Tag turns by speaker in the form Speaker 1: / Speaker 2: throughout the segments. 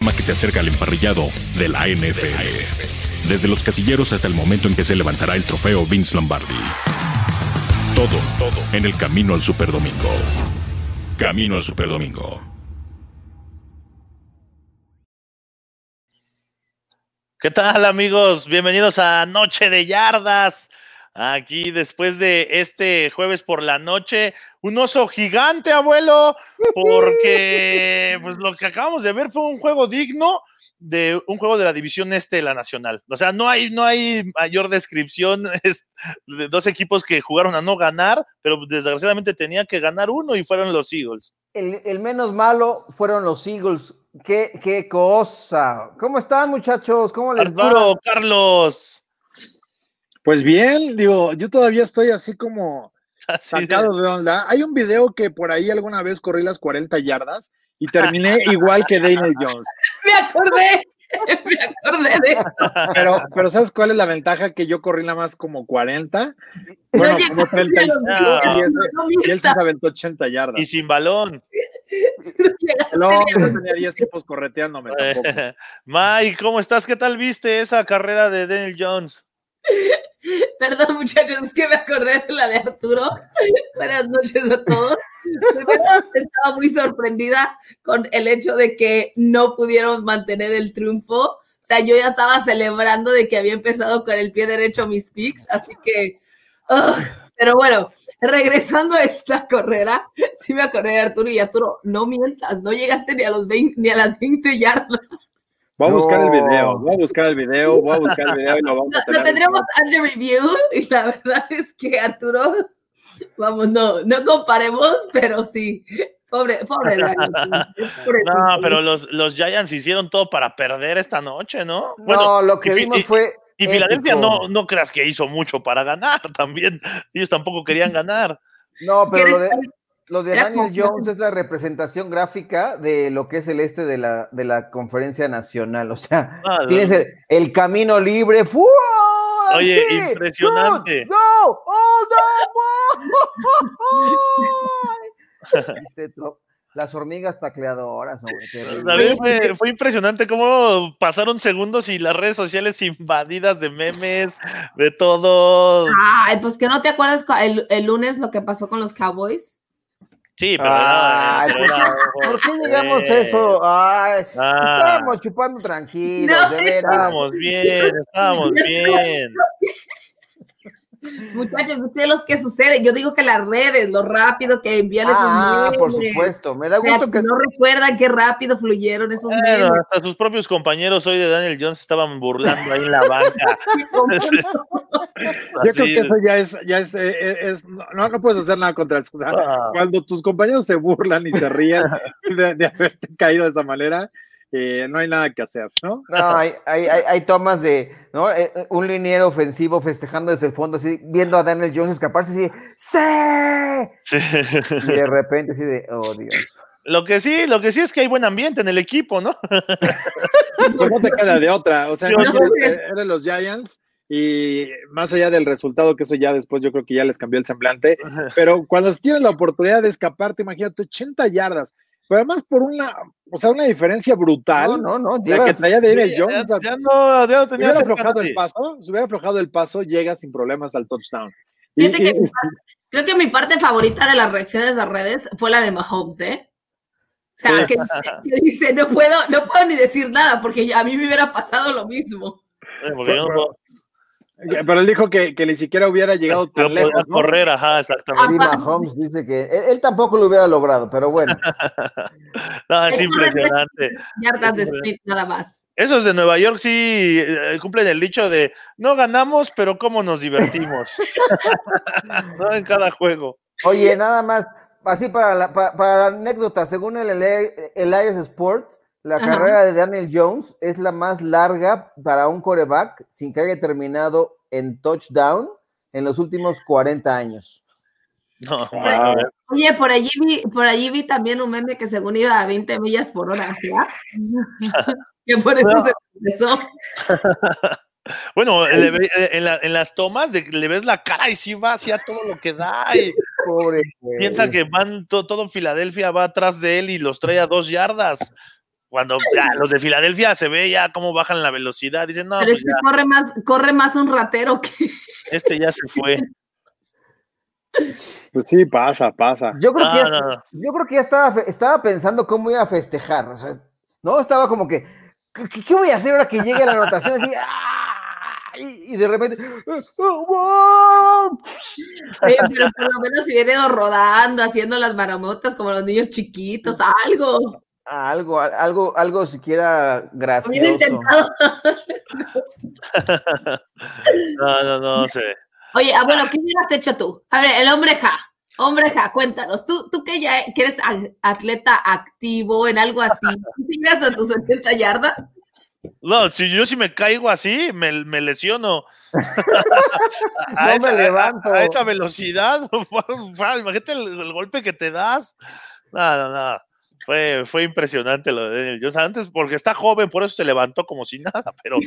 Speaker 1: programa que te acerca al emparrillado de la NFL. Desde los casilleros hasta el momento en que se levantará el trofeo Vince Lombardi. Todo, todo en el camino al Superdomingo. Camino al Superdomingo.
Speaker 2: ¿Qué tal amigos? Bienvenidos a Noche de Yardas. Aquí después de este jueves por la noche, un oso gigante, abuelo, porque pues lo que acabamos de ver fue un juego digno de un juego de la división este de la nacional. O sea, no hay, no hay mayor descripción es de dos equipos que jugaron a no ganar, pero desgraciadamente tenía que ganar uno y fueron los Eagles.
Speaker 3: El, el menos malo fueron los Eagles. Qué, qué cosa. ¿Cómo están, muchachos? ¿Cómo les
Speaker 2: Arturo, Carlos.
Speaker 4: Pues bien, digo, yo todavía estoy así como sacado de onda. Hay un video que por ahí alguna vez corrí las 40 yardas y terminé igual que Daniel Jones.
Speaker 5: Me acordé, me acordé de.
Speaker 4: Pero, pero ¿sabes cuál es la ventaja? Que yo corrí nada más como 40. Bueno,
Speaker 5: No
Speaker 4: como
Speaker 5: llegaste,
Speaker 4: 36.
Speaker 2: no,
Speaker 4: y, él-
Speaker 5: no,
Speaker 4: y él se aventó 80
Speaker 2: Y
Speaker 4: yardas.
Speaker 2: sin balón.
Speaker 4: No, no tenía 10 tipos correteándome
Speaker 2: Eh,
Speaker 4: tampoco.
Speaker 2: Mike, ¿cómo estás? ¿Qué tal viste esa carrera de Daniel Jones?
Speaker 5: Perdón, muchachos, es que me acordé de la de Arturo. Buenas noches a todos. Primero, Estaba muy sorprendida con el hecho de que no pudieron mantener el triunfo. O sea, yo ya estaba celebrando de que había empezado con el pie derecho mis picks, así que. ugh. Pero bueno, regresando a esta carrera, sí me acordé de Arturo y Arturo, no mientas, no llegaste ni a, los 20 ni a las 20 yardas.
Speaker 4: Voy a buscar el
Speaker 3: No.
Speaker 4: video, voy a buscar el video, voy a buscar el video y lo vamos
Speaker 5: lo,
Speaker 4: a
Speaker 5: lo
Speaker 4: tener.
Speaker 5: tendremos under review y la verdad es que Arturo, vamos, no, no comparemos, pero sí. Pobre, pobre Daniel, es pobrecito.
Speaker 2: No, pero los, los Giants hicieron todo para perder esta noche, ¿no?
Speaker 3: no, lo que
Speaker 2: y fi-
Speaker 3: vimos
Speaker 2: y-
Speaker 3: fue.
Speaker 2: Y Filadelfia
Speaker 3: épico.
Speaker 2: no, no creas que hizo mucho para ganar también. Ellos tampoco querían ganar.
Speaker 3: No,
Speaker 5: Es que
Speaker 3: pero lo de,
Speaker 5: era-
Speaker 3: lo de
Speaker 5: era
Speaker 3: Daniel
Speaker 5: completo.
Speaker 3: Jones es la representación gráfica de lo que es el este de la, de la conferencia nacional. O sea,
Speaker 2: Ah,
Speaker 3: tienes el, el camino libre. ¡Fua!
Speaker 2: Oye,
Speaker 3: Sí,
Speaker 2: impresionante.
Speaker 3: good, ¡No! ¡Oh, no! wow. Dice to- Las hormigas tacleadoras, hombre, qué horrible.
Speaker 2: También fue, fue impresionante cómo pasaron segundos y las redes sociales invadidas de memes, de todo.
Speaker 5: Ay, pues que no te acuerdas cua- el, el lunes lo que pasó con los Cowboys.
Speaker 2: Sí, pero.
Speaker 3: Ay,
Speaker 2: era- pero era-
Speaker 3: ¿Por qué llegamos a
Speaker 2: Eh,
Speaker 3: eso? Ay,
Speaker 2: ah,
Speaker 3: estábamos chupando tranquilos,
Speaker 5: No,
Speaker 3: de veras.
Speaker 2: Estábamos bien, estábamos bien.
Speaker 5: Muchachos, ustedes los que sucede, yo digo que las redes, lo rápido que envían
Speaker 3: Ah,
Speaker 5: esos memes.
Speaker 3: por supuesto. Me da
Speaker 5: O sea,
Speaker 3: gusto que
Speaker 5: no recuerdan qué rápido fluyeron esos
Speaker 2: Bueno,
Speaker 5: memes.
Speaker 2: hasta sus propios compañeros hoy de Daniel Jones estaban burlando ahí en la banca.
Speaker 4: Yo
Speaker 2: Así,
Speaker 4: creo que eso ya es, ya es, eh, eh, es- no, no puedes hacer nada contra eso. O sea,
Speaker 2: ah,
Speaker 4: cuando tus compañeros se burlan y se ríen de, de haberte caído de esa manera, eh, no hay nada que hacer, ¿no?
Speaker 3: No, hay, hay, hay, hay tomas de, ¿no? Eh, eh, Un liniero ofensivo festejando desde el fondo, así, viendo a Daniel Jones escaparse, así, ¡sí!
Speaker 2: sí.
Speaker 3: Y de repente, así de, oh, Dios.
Speaker 2: Lo que sí, lo que sí es que hay buen ambiente en el equipo, ¿no?
Speaker 4: Pues no te queda de otra. O sea,
Speaker 2: Yo-
Speaker 4: eres,
Speaker 5: yo-
Speaker 4: eres los Giants y más allá del resultado, que eso ya después yo creo que ya les cambió el semblante, pero cuando tienes la oportunidad de escaparte, imagínate, 80 yardas, pero además por una, o sea, una diferencia brutal.
Speaker 3: No, no, no,
Speaker 4: La que
Speaker 3: llevas-
Speaker 4: traía de Daniel
Speaker 2: Ya-
Speaker 4: Jones,
Speaker 2: ya,
Speaker 4: o sea,
Speaker 2: no, ya no tenía
Speaker 4: si hubiera
Speaker 2: cerca
Speaker 4: aflojado
Speaker 2: nadie.
Speaker 4: el paso, si hubiera aflojado el paso, llega sin problemas al touchdown. Y-
Speaker 5: Fíjate que
Speaker 4: y-
Speaker 5: mi par- creo que mi parte favorita de las reacciones de redes fue la de Mahomes, ¿eh? O sea,
Speaker 4: Sí.
Speaker 5: que, que dice, no puedo, no puedo ni decir nada porque ya- a mí me hubiera pasado lo mismo.
Speaker 2: Eh, porque yo no puedo-
Speaker 4: Pero él dijo que, que ni siquiera hubiera llegado
Speaker 2: no
Speaker 4: tan lejos.
Speaker 2: podías
Speaker 4: ¿no?
Speaker 2: correr, ajá, exactamente.
Speaker 3: Y Mahomes dice que él, él tampoco lo hubiera logrado, pero bueno.
Speaker 4: Ah,
Speaker 2: No, es
Speaker 5: Eso no es-
Speaker 2: impresionante.
Speaker 5: Yardas de sprint nada más.
Speaker 2: Esos de Nueva York sí eh, cumplen el dicho de no ganamos, pero cómo nos divertimos. no en cada juego.
Speaker 3: Oye, nada más, así para la, pa- para, la anécdota, según el LA Elias Sport, la
Speaker 5: Ajá.
Speaker 3: carrera de Daniel Jones es la más larga para un coreback sin que haya terminado en touchdown en los últimos 40 años.
Speaker 2: No,
Speaker 4: Wow.
Speaker 5: Oye, por allí vi, por allí vi también un meme que según iba a 20 millas por hora, ¿verdad? que por eso
Speaker 2: No.
Speaker 5: se empezó.
Speaker 2: Bueno, le ve- eh, en, la- en las tomas de- le ves la cara y sí va hacia todo lo que da. Y
Speaker 3: Pobre. güey.
Speaker 2: piensa que van to- todo Filadelfia va atrás de él y los trae a dos yardas. Cuando ya, los de Filadelfia se ve ya cómo bajan la velocidad, dicen, no,
Speaker 5: Pero
Speaker 2: pues
Speaker 5: es que
Speaker 2: ya,
Speaker 5: corre más, corre más un ratero que.
Speaker 2: este ya se fue.
Speaker 4: Pues sí, pasa, pasa.
Speaker 3: Yo creo que
Speaker 2: No,
Speaker 3: ya,
Speaker 2: no, no.
Speaker 3: yo creo que ya estaba, fe- estaba pensando cómo iba a festejar. o sea, no, estaba como que, ¿qué, qué voy a hacer ahora que llegue la anotación? Así, ¡ah! y, y de repente, ¡oh, wow!
Speaker 5: Oye, pero por lo menos si hubiera ido rodando, haciendo las maramotas como los niños chiquitos, algo.
Speaker 3: algo, al- algo, algo siquiera
Speaker 5: Hubiera
Speaker 3: gracioso.
Speaker 5: intentado.
Speaker 2: No, no, no, se
Speaker 5: Oye, ah, bueno, ¿qué hubieras hecho tú? A ver, el hombre ja. Hombre ja, cuéntanos. Tú, tú que ya que eres a- atleta activo en algo así, ¿tú ¿sigues a tus 80 yardas?
Speaker 2: No, si yo si me caigo así, me, me lesiono. a,
Speaker 3: No me levanto.
Speaker 2: a esa velocidad, imagínate el, el golpe que te das. No, no, no. Fue, fue impresionante lo de Daniel Jones antes, porque está joven, por eso se levantó como si nada, pero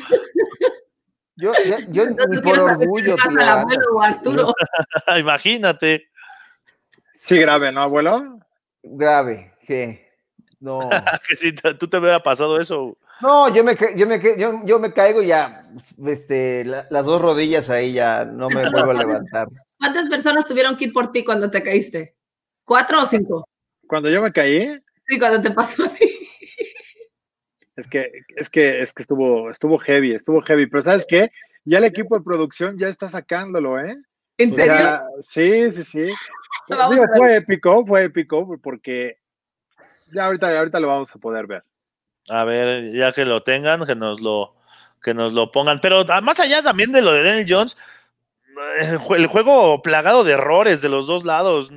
Speaker 3: Yo, yo, yo
Speaker 5: ¿No
Speaker 3: ni por
Speaker 5: tú quieres hacer
Speaker 3: orgullo,
Speaker 5: más
Speaker 3: tío,
Speaker 5: al
Speaker 3: la
Speaker 5: abuelo o a Arturo?
Speaker 2: imagínate.
Speaker 4: Sí, grave, ¿no, abuelo?
Speaker 3: grave, que no.
Speaker 2: que si t- tú te hubiera pasado eso.
Speaker 3: No, yo me, ca- yo me, ca- yo, yo me caigo y ya, este, la- las dos rodillas ahí ya no me vuelvo a levantar.
Speaker 5: ¿Cuántas personas tuvieron que ir por ti cuando te caíste? ¿Cuatro o cinco?
Speaker 4: Cuando yo me caí,
Speaker 5: Sí, cuando te pasó a ti.
Speaker 4: es que, es que, es que estuvo, estuvo heavy, estuvo heavy. Pero ¿sabes qué? Ya el equipo de producción ya está sacándolo, ¿eh?
Speaker 5: ¿En
Speaker 4: O
Speaker 5: serio?
Speaker 4: sea, sí, sí, sí.
Speaker 5: Vamos
Speaker 4: Digo,
Speaker 5: a ver.
Speaker 4: fue épico, fue épico, porque ya ahorita, ahorita lo vamos a poder ver.
Speaker 2: A ver, ya que lo tengan, que nos lo, que nos lo pongan. Pero ah, más allá también de lo de Daniel Jones, el jue- el juego plagado de errores de los dos lados.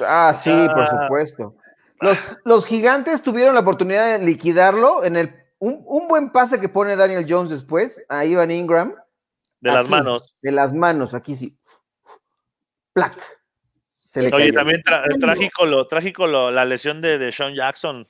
Speaker 3: Ah, sí, por
Speaker 2: sea-
Speaker 3: supuesto. Los, los gigantes tuvieron la oportunidad de liquidarlo en el un, un buen pase que pone Daniel Jones después a Ivan Ingram.
Speaker 2: De las
Speaker 3: Aquí,
Speaker 2: manos.
Speaker 3: De las manos, aquí sí. Plac. Se le
Speaker 2: Oye,
Speaker 3: cayó.
Speaker 2: también tra-
Speaker 5: Tremendo.
Speaker 2: trágico, lo, trágico lo- la lesión de, de Sean Jackson.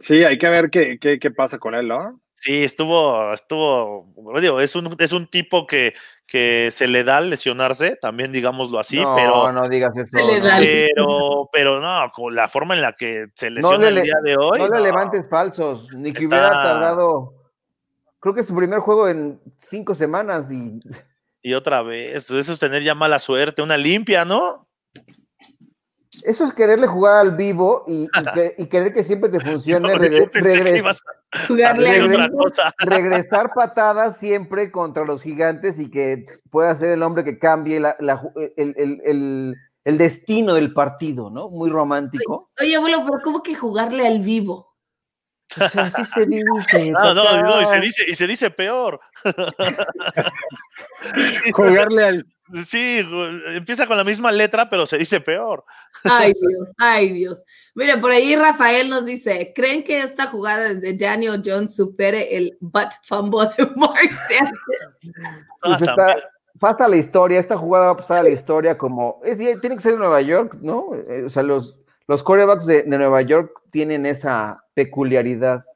Speaker 4: Sí, hay que ver qué, qué, qué pasa con él, ¿no?
Speaker 2: Sí, estuvo, estuvo, bueno, digo, es un, es un tipo que, que se le da lesionarse, también digámoslo así,
Speaker 3: no,
Speaker 2: pero,
Speaker 3: no digas eso.
Speaker 5: Se le
Speaker 3: no.
Speaker 5: da.
Speaker 2: pero, pero no, con la forma en la que se lesiona
Speaker 3: le
Speaker 2: el
Speaker 3: le-
Speaker 2: día de hoy.
Speaker 3: No le
Speaker 2: no.
Speaker 3: levantes falsos, ni que
Speaker 2: Está-
Speaker 3: hubiera tardado. Creo que es su primer juego en cinco semanas y
Speaker 2: Y otra vez, eso es tener ya mala suerte, una limpia, ¿no?
Speaker 3: eso es quererle jugar al vivo y, y que- y querer que siempre te funcione.
Speaker 2: Yo
Speaker 3: Pues regre-
Speaker 2: pensé que
Speaker 3: regres-
Speaker 2: ibas a
Speaker 5: Jugarle
Speaker 2: decir
Speaker 5: al
Speaker 2: otra
Speaker 5: mismo.
Speaker 2: cosa.
Speaker 3: regresar patadas siempre contra los gigantes y que pueda ser el hombre que cambie la- la ju- el, el- el- el destino del partido, ¿no? Muy romántico.
Speaker 5: Oye, abuelo, pero ¿cómo que jugarle al vivo?
Speaker 3: O sea, así se dice.
Speaker 2: No, no,
Speaker 3: papá.
Speaker 2: no, y se dice, y se dice peor. Sí,
Speaker 4: Jugarle al
Speaker 2: Sí, ju- empieza con la misma letra, pero se dice peor.
Speaker 5: Ay, Dios, ay, Dios. Mira, por ahí Rafael nos dice: ¿Creen que esta jugada de Daniel Jones supere el butt fumble de Mark Sanchez?
Speaker 3: Pues
Speaker 2: Ah,
Speaker 3: está-
Speaker 2: también.
Speaker 3: pasa a la historia, esta jugada va a pasar a la historia como. es- tiene que ser en Nueva York, ¿no? Eh, o sea, los, los corebacks de, de Nueva York tienen esa peculiaridad.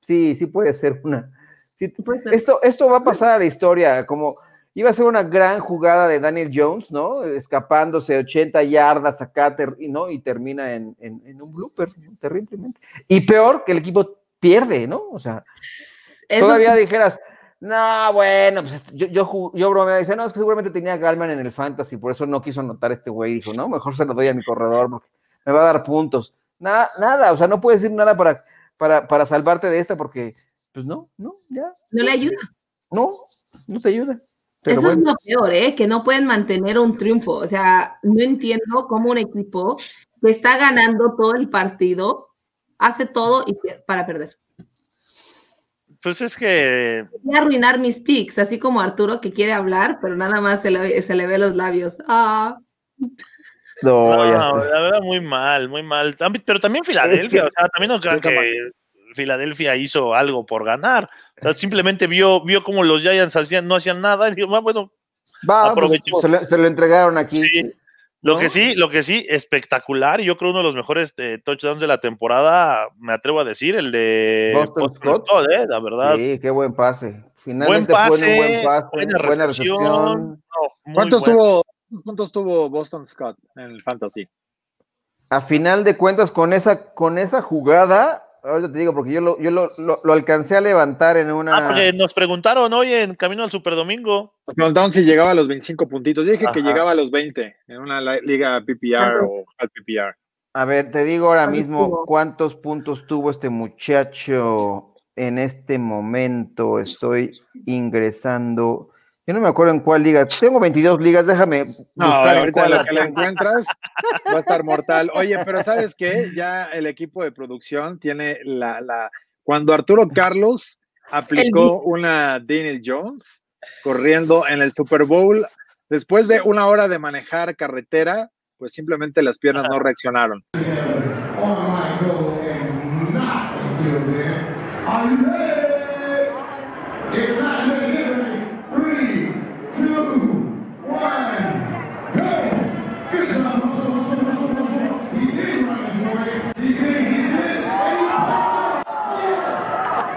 Speaker 3: Sí, sí puede ser una. Sí,
Speaker 5: Puede ser.
Speaker 3: Esto, esto va a pasar a la historia, como iba a ser una gran jugada de Daniel Jones, ¿no? Escapándose 80 yardas acá ter- y ¿no? y termina en, en- en un blooper, ¿no? terriblemente. Y peor que el equipo pierde, ¿no? O sea,
Speaker 5: Eso
Speaker 3: todavía
Speaker 5: sí,
Speaker 3: dijeras, no, bueno, pues este- yo, yo, ju- yo bromeaba, dice, no, es que seguramente tenía a Galman en el fantasy, por eso no quiso anotar este güey, dijo, no, mejor se lo doy a mi corredor, porque me va a dar puntos. Nada, nada, o sea, no puedes decir nada para, para, para salvarte de esta, porque, pues no, no, ya.
Speaker 5: no le ayuda.
Speaker 3: No, no te ayuda. Pero
Speaker 5: Eso
Speaker 3: bueno,
Speaker 5: es lo peor, ¿eh? que no pueden mantener un triunfo. O sea, no entiendo cómo un equipo que está ganando todo el partido hace todo y pier- para perder.
Speaker 2: Pues es que
Speaker 5: Voy a arruinar mis picks, así como Arturo que quiere hablar, pero nada más se le, se le ve los labios. Ah,
Speaker 3: no,
Speaker 2: No,
Speaker 3: Oh, ya está.
Speaker 2: la verdad, muy mal, muy mal. Tambi- Pero también Filadelfia,
Speaker 3: que-
Speaker 2: o sea, también no crean
Speaker 4: esa
Speaker 2: que Filadelfia hizo algo por ganar. O sea, simplemente vio, vio cómo los Giants hacían, no hacían nada y dijo, "Ah, bueno,
Speaker 3: Va, pues,
Speaker 2: aprovechó.
Speaker 3: se, lo, se lo entregaron aquí.
Speaker 2: sí. Lo
Speaker 3: ¿No?
Speaker 2: que sí, lo que sí, espectacular. y Yo creo uno de los mejores eh, touchdowns de la temporada, me atrevo a decir, el de
Speaker 3: Boston Scott.
Speaker 2: eh, la verdad.
Speaker 3: Sí, qué buen pase. Finalmente fue un buen
Speaker 2: pase,
Speaker 3: pase,
Speaker 2: buena
Speaker 3: buena,
Speaker 2: recepción.
Speaker 3: recepción.
Speaker 2: No, muy
Speaker 4: ¿Cuántos
Speaker 2: bueno.
Speaker 4: tuvo, ¿Cuántos tuvo Boston Scott en el Fantasy?
Speaker 3: A final de cuentas, con esa, con esa jugada, ahorita te digo, porque yo lo, yo lo, lo, lo alcancé a levantar en una.
Speaker 2: Ah, porque nos preguntaron hoy en Camino al Superdomingo.
Speaker 4: Nos preguntaron si llegaba a los 25 puntitos. Yo dije que llegaba a los 20 en una la- liga PPR o al PPR.
Speaker 3: A ver, te digo ahora
Speaker 5: ¿Cuántos
Speaker 3: mismo
Speaker 5: tuvo?
Speaker 3: cuántos puntos tuvo este muchacho en este momento. Estoy ingresando. Yo no me acuerdo en cuál liga. Tengo 22 ligas, déjame
Speaker 4: No,
Speaker 3: buscar en
Speaker 4: ahorita
Speaker 3: cuál.
Speaker 4: lo que la encuentras va a estar mortal. Oye, pero ¿sabes qué? Ya el equipo de producción tiene la. la cuando Arturo Carlos aplicó una Daniel Jones corriendo en el Super Bowl, después de una hora de manejar carretera, pues simplemente las piernas no reaccionaron.
Speaker 6: on my go and not until then. Are you ready? If not, let's give it three, two, one, go! Good job, muscle, muscle, muscle, muscle. He did run his way. He did, he did, and he caught it. Yes!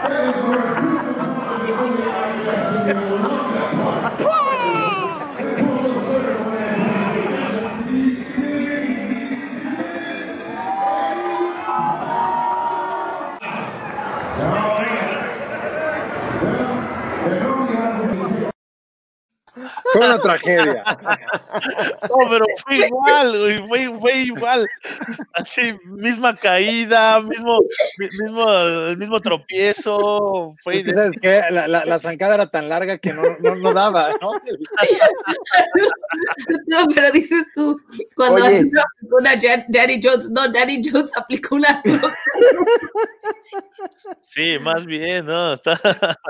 Speaker 6: That is the most beautiful part of the movie I've ever seen. I love that part. They pull a little circle on that one. He did, he did, he did. Oh, man. Well, they only got to
Speaker 4: Fue una tragedia.
Speaker 2: No, pero fue igual, güey, fue, fue igual. Así, misma caída, mismo, mi- mismo, el mismo tropiezo. Fue
Speaker 4: Es que, ¿Sabes qué? La, la- la zancada era tan larga que no, no, no daba, ¿no?
Speaker 5: No, pero dices tú, cuando
Speaker 3: Oye.
Speaker 5: Arturo aplicó una Jan- Danny Jones, no, Danny Jones aplicó una Arturo
Speaker 2: Sí, más bien, ¿no? Está...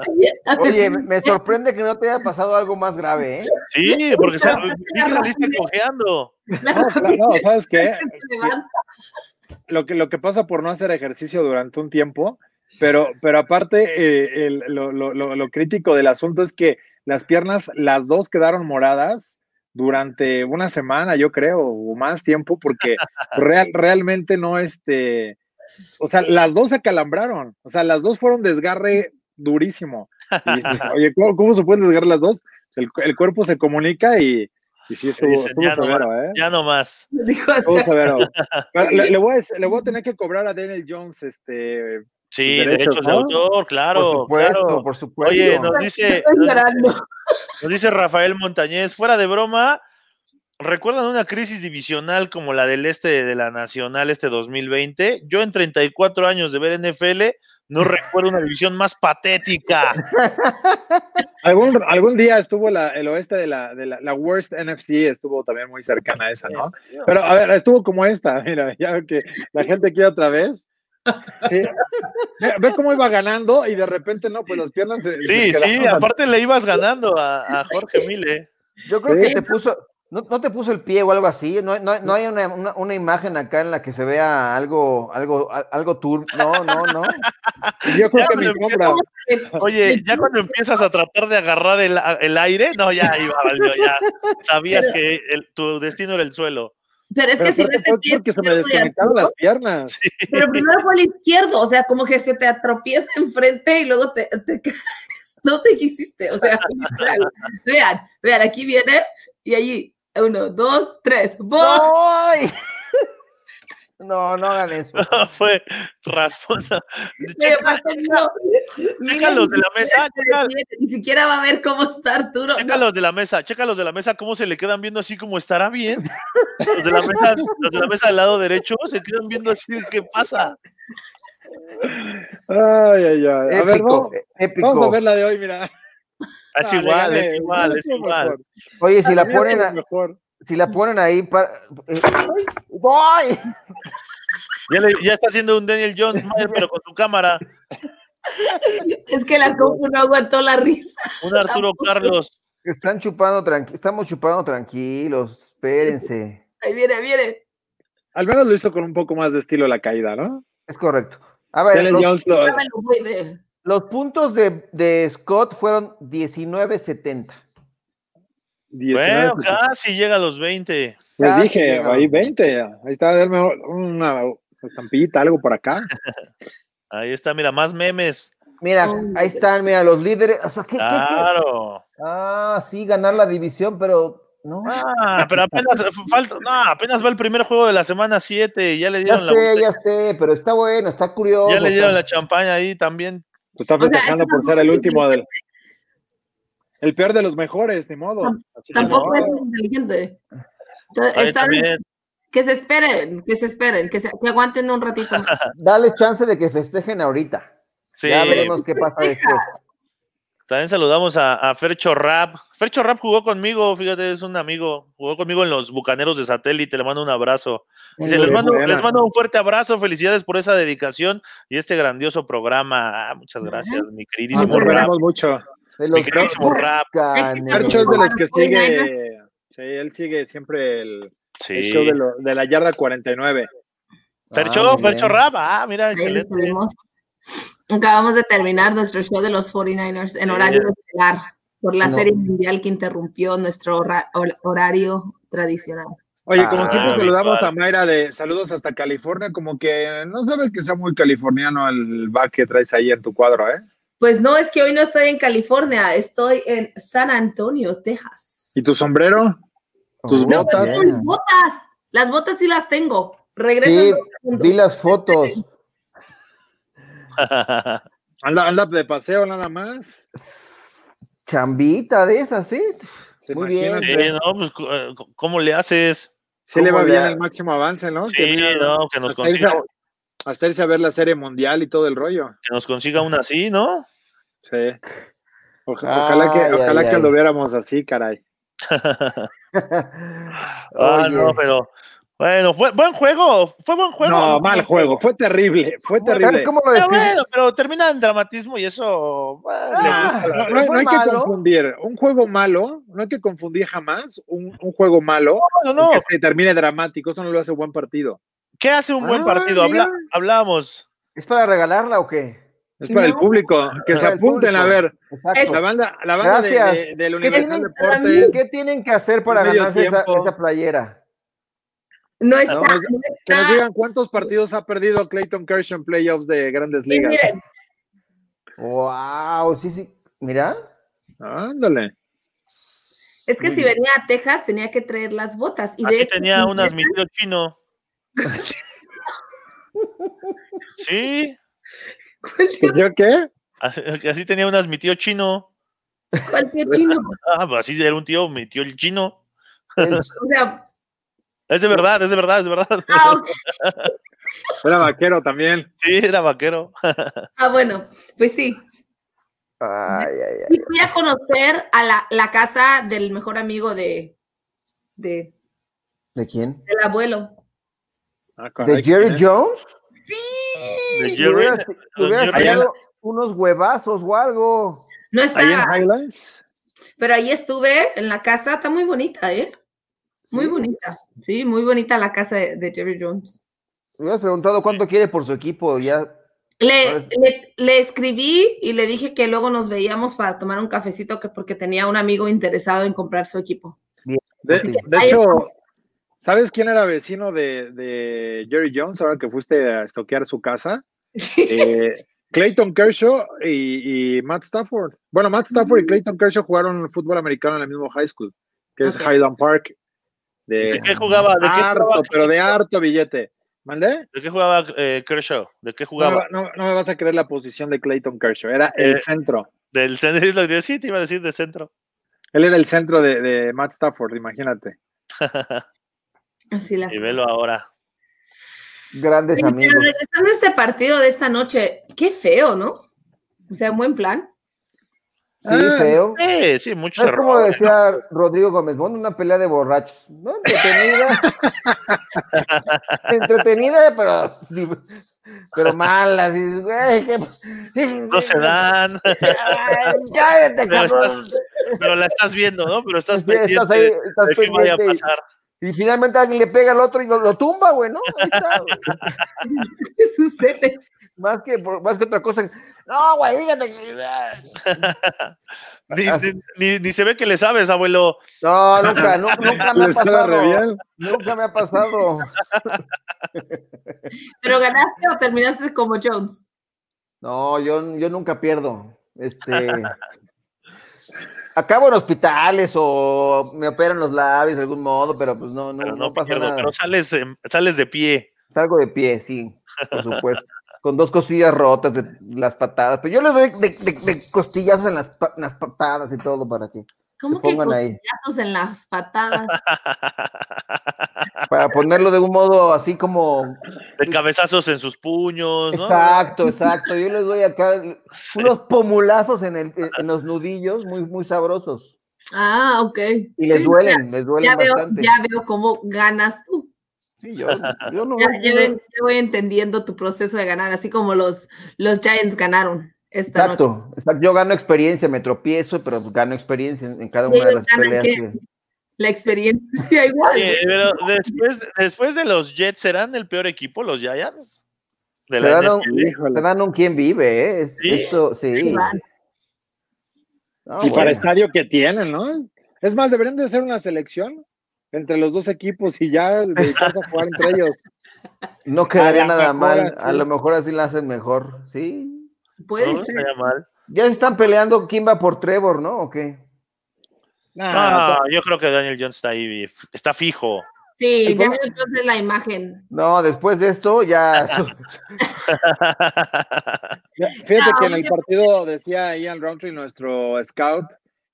Speaker 3: Oye, me- me sorprende que no te haya pasado algo más grave, ¿eh?
Speaker 2: Sí, porque sal- vi que saliste cojeando.
Speaker 4: No, la- no, ¿sabes qué?
Speaker 5: Este se levanta.
Speaker 4: Lo que, lo que pasa por no hacer ejercicio durante un tiempo, pero, pero aparte, eh, el- lo, lo- lo- lo crítico del asunto es que las piernas, las dos quedaron moradas durante una semana, yo creo, o más tiempo, porque real- realmente no este. O sea, las dos se acalambraron, o sea, las dos fueron desgarre durísimo. Y dices, Oye, ¿cómo, cómo se pueden desgarrar las dos? Pues El, el cuerpo se comunica y, y sí, estuvo,
Speaker 2: dicen,
Speaker 4: estuvo
Speaker 2: "Ya no
Speaker 4: severo, ¿eh?
Speaker 2: Ya no más.
Speaker 5: Dijo
Speaker 4: Estuvo
Speaker 5: hasta,
Speaker 4: severo. Pero Ah, le, le voy a, dec- le voy a tener que cobrar a Daniel Jones este
Speaker 2: Sí,
Speaker 4: Derechos,
Speaker 2: derechos de
Speaker 4: ¿no?
Speaker 2: autor, claro.
Speaker 3: por supuesto,
Speaker 2: claro.
Speaker 3: por supuesto.
Speaker 2: Oye, nos dice,
Speaker 5: estoy
Speaker 2: nos dice-
Speaker 5: llorando.
Speaker 2: Nos dice Rafael Montañez, fuera de broma, ¿recuerdan una crisis divisional como la del este de la Nacional este 2020? Yo en 34 años de ver NFL no recuerdo una división más patética.
Speaker 4: Algún, algún día estuvo la, el oeste de la, de la, la Worst NFC, estuvo también muy cercana a esa, ¿no? Pero a ver, estuvo como esta, mira, ya veo que la gente aquí otra vez. Sí. Ve, ve cómo iba ganando y de repente no, pues las piernas se, se
Speaker 2: Sí, sí,
Speaker 4: quedaron.
Speaker 2: aparte le ibas ganando a, a Jorge Mile.
Speaker 3: Yo creo
Speaker 4: Sí.
Speaker 3: que te puso, no, no te puso el pie o algo así. No, no, no hay una, una, una imagen acá en la que se vea algo, algo, a- algo tur. No, no, no.
Speaker 4: Y Yo creo
Speaker 2: Ya
Speaker 4: que
Speaker 2: me
Speaker 4: mi
Speaker 2: lo empiezo
Speaker 4: compra,
Speaker 2: Oye, ya cuando empiezas a tratar de agarrar el, a- el aire, no, ya iba, valió, ya sabías que el- tu destino era el suelo.
Speaker 5: Pero es
Speaker 4: pero
Speaker 5: que si
Speaker 4: creo que
Speaker 5: ves el
Speaker 4: fue
Speaker 5: pie
Speaker 4: porque se me
Speaker 5: izquierdo de
Speaker 4: desconectaron
Speaker 5: Arturo,
Speaker 4: las piernas.
Speaker 5: Pero primero fue al izquierdo, o sea, como que se te atropieza enfrente y luego te, te caes. No sé qué hiciste, o sea, literal. vean, vean, aquí viene y allí, uno, dos, tres, ¡boom!
Speaker 3: ¡Ay! No, no hagan eso.
Speaker 2: Fue raspón.
Speaker 5: Pero
Speaker 2: Checa,
Speaker 5: aparte, no. Mira,
Speaker 2: los de la
Speaker 5: ni
Speaker 2: mesa,
Speaker 5: siquiera
Speaker 2: checa-
Speaker 5: se detiene, Ni siquiera va a ver cómo está Arturo.
Speaker 2: Checa los de la mesa, checa los de la mesa, cómo se le quedan viendo así como estará bien. Los de la mesa, los de la mesa del lado derecho se quedan viendo así, de, ¿qué pasa?
Speaker 4: Ay, ay, ay. A ver,
Speaker 3: Épico, eh,
Speaker 4: vamos,
Speaker 3: épico.
Speaker 4: vamos a ver la de hoy, mira.
Speaker 2: Es
Speaker 4: Ah, le
Speaker 2: igual,
Speaker 4: gané,
Speaker 2: es igual, es
Speaker 4: estuvo
Speaker 2: igual.
Speaker 4: mejor.
Speaker 3: Oye, si la
Speaker 4: Mira,
Speaker 3: ponen, a-
Speaker 4: estuvo mejor.
Speaker 3: si la ponen ahí para. eh, ¡Ay!
Speaker 2: Ya, le- ya está haciendo un Daniel Jones, Mayer, pero con su cámara.
Speaker 5: Es que la compu no aguantó la risa.
Speaker 2: Un Arturo Carlos.
Speaker 3: Están chupando tranquilos. Estamos chupando tranquilos. Espérense.
Speaker 5: Ahí viene, viene.
Speaker 4: Al menos lo hizo con un poco más de estilo la caída, ¿no?
Speaker 3: Es correcto. A ver,
Speaker 4: Daniel
Speaker 3: los,
Speaker 4: Jones lo-
Speaker 5: Ya me lo voy de-
Speaker 3: los puntos de, de Scott fueron 19.70.
Speaker 4: 19.
Speaker 2: Bueno, casi llega a los 20.
Speaker 4: pues, Les
Speaker 5: Ah,
Speaker 3: casi
Speaker 4: dije,
Speaker 3: llegaron.
Speaker 4: ahí 20. Ahí está, denme una estampita, algo por acá.
Speaker 2: Ahí está, mira, más memes.
Speaker 3: Mira, ahí
Speaker 5: Hombre.
Speaker 3: están, mira, los líderes. O sea, ¿qué- qué- qué?
Speaker 2: Claro.
Speaker 3: Ah, sí, ganar la división, pero No.
Speaker 2: Ah, pero apenas falta, no, apenas va el primer juego de la semana 7 ya le
Speaker 3: Ya
Speaker 2: dieron la
Speaker 3: sé,
Speaker 2: botella,
Speaker 3: ya sé, pero está bueno, está curioso.
Speaker 2: ya le dieron
Speaker 3: está-
Speaker 2: la champaña ahí también.
Speaker 4: Te está
Speaker 5: sea,
Speaker 4: festejando
Speaker 5: eso
Speaker 4: por ser el
Speaker 5: tampoco es
Speaker 4: último del. El peor de los mejores, ni modo. Así que
Speaker 5: Tampoco
Speaker 4: no.
Speaker 5: es inteligente. Está-
Speaker 2: Ahí
Speaker 5: está-
Speaker 2: también.
Speaker 5: que se esperen, que se esperen, que, se, que aguanten un ratito. más.
Speaker 3: Dale chance de que festejen ahorita.
Speaker 2: Sí,
Speaker 3: Ya veremos qué pasa después.
Speaker 2: También saludamos a, a Fercho Rap. Fercho Rap jugó conmigo, fíjate, es un amigo. Jugó conmigo en los Bucaneros de Satélite, le mando un abrazo. Dice,
Speaker 3: En
Speaker 2: les,
Speaker 3: los-
Speaker 2: mando,
Speaker 4: buena.
Speaker 2: les mando un fuerte abrazo, felicidades por esa dedicación y este grandioso programa. Ah, muchas gracias, mi
Speaker 4: Nos
Speaker 2: queridísimo Rap.
Speaker 4: queremos mucho.
Speaker 3: de los
Speaker 2: queridísimo Rap.
Speaker 3: Bucaneros.
Speaker 4: Percho es de los que
Speaker 5: Sí,
Speaker 4: sigue. Sí, él sigue siempre el,
Speaker 2: Sí.
Speaker 4: el show de, lo- de la yarda 49.
Speaker 2: Fercho,
Speaker 3: Ah, muy
Speaker 2: Fercho
Speaker 3: bien.
Speaker 2: Rap. Ah, mira,
Speaker 5: Ahí lo
Speaker 2: excelente.
Speaker 5: tuvimos. Acabamos de terminar nuestro show de los 49ers en
Speaker 2: Sí.
Speaker 5: horario estelar por la
Speaker 3: No.
Speaker 5: serie mundial que interrumpió nuestro hora- hor- horario tradicional.
Speaker 4: Oye,
Speaker 3: Ah,
Speaker 4: como siempre
Speaker 2: mi
Speaker 4: saludamos
Speaker 2: padre.
Speaker 4: a Mayra de saludos hasta California, como que no sabe que sea muy californiano el back que traes ahí en tu cuadro, ¿eh?
Speaker 5: Pues no, es que hoy no estoy en California, estoy en San Antonio, Texas.
Speaker 4: ¿Y tu sombrero? Tus
Speaker 3: Oh,
Speaker 5: No, pero
Speaker 4: botas.
Speaker 5: son
Speaker 3: bien.
Speaker 5: mis botas. Las botas sí las tengo.
Speaker 3: Sí,
Speaker 5: Regreso.
Speaker 3: vi las fotos.
Speaker 4: Anda, anda de paseo nada más.
Speaker 3: Chambita de esas, ¿sí?
Speaker 4: Sí,
Speaker 3: Muy bien.
Speaker 4: imagínate.
Speaker 2: Sí, no, pues, cu- eh, cu- ¿cómo le haces?
Speaker 4: Sí le va
Speaker 3: ¿Cómo
Speaker 4: bien
Speaker 3: la-
Speaker 4: el máximo avance, ¿no?
Speaker 2: Sí,
Speaker 4: Que mira,
Speaker 2: no, que nos
Speaker 4: hasta, irse
Speaker 2: consiga,
Speaker 4: a, hasta irse a ver la serie mundial y todo el rollo.
Speaker 2: que nos consiga una así, ¿no?
Speaker 4: Sí. Oja- ojalá que,
Speaker 3: Ay,
Speaker 4: ojalá
Speaker 3: ay,
Speaker 4: que
Speaker 3: ay.
Speaker 4: lo viéramos así, caray.
Speaker 2: Ah, no,
Speaker 3: Oye,
Speaker 2: pero bueno, fue buen juego, fue buen juego.
Speaker 4: No, mal juego. Fue terrible. Fue
Speaker 3: ¿Sabes
Speaker 4: terrible.
Speaker 3: cómo lo
Speaker 2: Pero
Speaker 3: describí?
Speaker 2: bueno, pero termina en dramatismo y eso. bueno,
Speaker 3: Ah,
Speaker 2: le gusta la-
Speaker 4: No, no hay- no hay que
Speaker 3: malo.
Speaker 4: confundir un juego malo, no hay que confundir jamás un, un juego malo
Speaker 2: no, no,
Speaker 4: que se termine dramático, eso no lo hace buen partido.
Speaker 2: ¿Qué hace un buen
Speaker 4: Ah,
Speaker 2: partido? Habla,
Speaker 4: mira.
Speaker 2: hablábamos.
Speaker 3: ¿Es para regalarla o qué?
Speaker 4: Es para el
Speaker 5: No.
Speaker 4: público, que
Speaker 3: Es
Speaker 4: se
Speaker 3: para el
Speaker 4: apunten a
Speaker 3: público.
Speaker 4: ver,
Speaker 3: Exacto.
Speaker 4: la banda, la banda de,
Speaker 3: Gracias.
Speaker 4: de- del
Speaker 3: ¿Qué
Speaker 4: Universal
Speaker 3: tienen,
Speaker 4: Deportes,
Speaker 3: ¿Qué tienen que hacer para
Speaker 4: medio
Speaker 3: ganarse esa,
Speaker 4: tiempo.
Speaker 3: esa playera?
Speaker 5: No está,
Speaker 4: No,
Speaker 5: no,
Speaker 4: pues, que nos
Speaker 5: está.
Speaker 4: digan cuántos partidos ha perdido Clayton Kershaw en playoffs de grandes
Speaker 5: Y
Speaker 4: ligas.
Speaker 5: miren,
Speaker 3: Wow, sí, sí. Mira.
Speaker 4: Ándale.
Speaker 5: es que
Speaker 3: Muy
Speaker 5: si
Speaker 3: bien.
Speaker 5: venía a Texas tenía que traer las botas. Y de
Speaker 2: Así
Speaker 5: hecho,
Speaker 2: tenía
Speaker 5: si
Speaker 2: unas mi
Speaker 5: regresan,
Speaker 2: tío chino. Sí,
Speaker 5: ¿Cuál tío,
Speaker 4: Pues yo qué?
Speaker 2: así, así tenía unas mi tío chino.
Speaker 5: cuál tío chino?
Speaker 2: Ah, pues así era un tío, mi tío el chino.
Speaker 3: El-
Speaker 5: O sea,
Speaker 2: Es de verdad, es de verdad, es de verdad.
Speaker 5: ah, ok.
Speaker 4: Era vaquero también.
Speaker 2: Sí, era vaquero.
Speaker 5: Ah, bueno, pues sí.
Speaker 3: ay, ay, ay.
Speaker 5: Y fui a conocer a la, la casa del mejor amigo de, de-
Speaker 3: ¿De quién?
Speaker 5: del abuelo.
Speaker 4: Ah,
Speaker 3: ¿De
Speaker 4: caray,
Speaker 3: Jerry
Speaker 4: ¿quién es?
Speaker 3: Jones?
Speaker 2: De
Speaker 3: Te
Speaker 2: Jerry.
Speaker 3: hubieras, te hubieras
Speaker 2: Jerry.
Speaker 3: tirado unos huevazos o algo.
Speaker 5: No
Speaker 4: Ahí en
Speaker 5: está,
Speaker 4: Highlands.
Speaker 5: pero ahí estuve en la casa, está muy bonita, ¿eh? Muy bonita, sí, muy bonita la casa de, de Jerry Jones.
Speaker 3: Te hubieras preguntado cuánto quiere por su equipo. Ya.
Speaker 5: Le,
Speaker 3: Pues-
Speaker 5: le, le escribí y le dije que luego nos veíamos para tomar un cafecito que porque tenía un amigo interesado en comprar su equipo.
Speaker 4: De,
Speaker 3: Sí.
Speaker 4: de
Speaker 5: Ahí
Speaker 4: hecho,
Speaker 5: está.
Speaker 4: ¿sabes quién era vecino de, de Jerry Jones ahora que fuiste a estoquear su casa? Eh, Clayton Kershaw y, y Matt Stafford. Bueno, Matt Stafford y Clayton Kershaw jugaron fútbol americano en el mismo high school, que es
Speaker 5: Ok.
Speaker 4: Highland Park. De
Speaker 2: ¿De qué jugaba? ¿De qué jugaba,
Speaker 4: harto, pero de harto billete. ¿Mandé?
Speaker 2: ¿De qué jugaba, eh, Kershaw? ¿De qué
Speaker 4: No, me
Speaker 2: jugaba?
Speaker 4: va- no- no me vas a creer la posición de Clayton Kershaw. Era el
Speaker 2: Eh.
Speaker 4: centro.
Speaker 2: Del centro. es lo que- Sí, te iba a decir de centro.
Speaker 4: Él era el centro de, de Matt Stafford, imagínate.
Speaker 5: Así las.
Speaker 2: Y velo ahora.
Speaker 3: Grandes
Speaker 5: Sí, pero
Speaker 3: amigos.
Speaker 5: regresando a este partido de esta noche, qué feo, ¿no? O sea, buen plan.
Speaker 3: Sí,
Speaker 4: Ah,
Speaker 3: feo.
Speaker 2: Sí, sí, muchos
Speaker 3: Es como
Speaker 2: errores.
Speaker 3: decía Rodrigo Gómez Bond, una pelea de borrachos. No, entretenida. entretenida, pero, pero mala. así, güey, qué-
Speaker 2: No se dan,
Speaker 3: Ay, Cállate,
Speaker 2: Pero
Speaker 3: cabrón.
Speaker 2: estás- pero la estás viendo, ¿no? Pero estás
Speaker 3: Sí, estás
Speaker 2: pendiente
Speaker 3: ahí, estás
Speaker 2: de qué vaya a
Speaker 3: pendiente y-
Speaker 2: pasar.
Speaker 3: Y finalmente alguien le pega al otro y lo, lo tumba, güey, ¿no? Ahí está, güey.
Speaker 5: ¿Qué sucede?
Speaker 3: más, que, por- más que otra cosa. No, güey, fíjate. que-
Speaker 2: Ni, ni- ni- ni se ve que le sabes, abuelo.
Speaker 3: No, nunca, nu- nunca me ha
Speaker 4: Le sabe re
Speaker 3: pasado.
Speaker 4: bien.
Speaker 3: Nunca me ha pasado.
Speaker 5: ¿Pero ganaste o terminaste como Jones?
Speaker 3: No, yo, yo nunca pierdo. Este. Acabo en hospitales o me operan los labios de algún modo, pero pues no, no,
Speaker 2: pero
Speaker 3: no
Speaker 2: no,
Speaker 3: pasa
Speaker 2: pierdo,
Speaker 3: nada.
Speaker 2: pero sales, em, sales de pie.
Speaker 3: Salgo de pie, sí, por supuesto. Con dos costillas rotas de las patadas. Pero yo les doy de, de- de costillas en las, pa- en las patadas y todo para que
Speaker 5: ¿Cómo
Speaker 3: se
Speaker 5: que
Speaker 3: pongan ahí.
Speaker 5: costillazos en las patadas?
Speaker 3: Para ponerlo de un modo así como.
Speaker 2: De cabezazos en sus puños, Pues, ¿no?
Speaker 3: Exacto, exacto. Yo les doy acá unos pomulazos en, el, en los nudillos muy, muy sabrosos.
Speaker 5: Ah, ok.
Speaker 3: Y les
Speaker 5: Sí,
Speaker 3: duelen, les duelen
Speaker 5: Ya veo,
Speaker 3: bastante.
Speaker 5: ya veo cómo ganas tú.
Speaker 3: Sí, yo, yo no.
Speaker 5: Ya, ya
Speaker 3: yo-
Speaker 5: ven- ya voy entendiendo tu proceso de ganar, así como los, los Giants ganaron esta noche.
Speaker 3: Exacto, exacto. Yo gano experiencia, me tropiezo, pero gano experiencia en, en cada
Speaker 5: Y
Speaker 3: una de
Speaker 5: ellos
Speaker 3: las
Speaker 5: ganan
Speaker 3: peleas.
Speaker 5: que-
Speaker 3: que-
Speaker 5: La experiencia igual.
Speaker 2: Oye, pero después, después de los Jets, ¿serán el peor equipo los Giants? De la
Speaker 3: Serán un-
Speaker 2: NFL?
Speaker 3: Te
Speaker 4: Híjole.
Speaker 3: dan un quien vive, ¿eh? Es-
Speaker 2: Sí.
Speaker 3: Esto, sí.
Speaker 5: Igual.
Speaker 3: Ah,
Speaker 4: y para
Speaker 3: bueno.
Speaker 4: estadio que tienen, ¿no? Es más, deberían de hacer una selección entre los dos equipos y ya dedicarse a jugar entre ellos.
Speaker 3: No quedaría
Speaker 4: a la
Speaker 3: nada
Speaker 4: mejor
Speaker 3: mal.
Speaker 4: así.
Speaker 3: A lo mejor así la hacen mejor, sí.
Speaker 5: Puede
Speaker 2: No,
Speaker 5: ser.
Speaker 2: estaría mal.
Speaker 3: Ya se están peleando quién va por Trevor, ¿no? ¿O qué?
Speaker 4: Nah,
Speaker 2: Ah, yo creo que Daniel Jones está ahí, está fijo.
Speaker 5: Sí,
Speaker 3: El
Speaker 5: ya
Speaker 3: problema-
Speaker 5: entonces la imagen.
Speaker 3: No, después de esto ya.
Speaker 4: Ya, Fíjate que en
Speaker 5: No,
Speaker 4: el
Speaker 5: yo-
Speaker 4: partido decía Ian Roundtree, nuestro scout,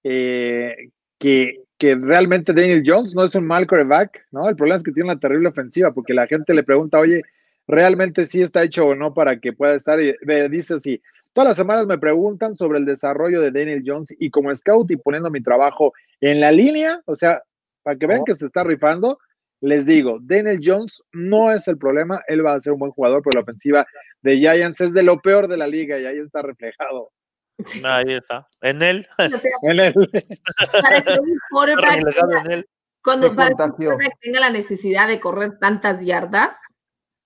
Speaker 4: eh, que, que realmente Daniel Jones no es un mal quarterback, ¿no? El problema es que tiene una terrible ofensiva, porque la gente le pregunta, oye, ¿realmente sí está hecho o no para que pueda estar? Y me dice así, todas las semanas me preguntan sobre el desarrollo de Daniel Jones y como scout y poniendo mi trabajo en la línea, o sea, para que vean que se está rifando, les digo, Daniel Jones no es el problema, él va a ser un buen jugador, pero la ofensiva de Giants es de lo peor de la liga y ahí está reflejado.
Speaker 2: Ahí está. En él.
Speaker 5: O sea,
Speaker 4: En el-
Speaker 5: para que un quarterback
Speaker 2: reflejado en él.
Speaker 5: cuando
Speaker 3: Se
Speaker 5: para que un
Speaker 3: contagió.
Speaker 5: quarterback tenga la necesidad de correr tantas yardas,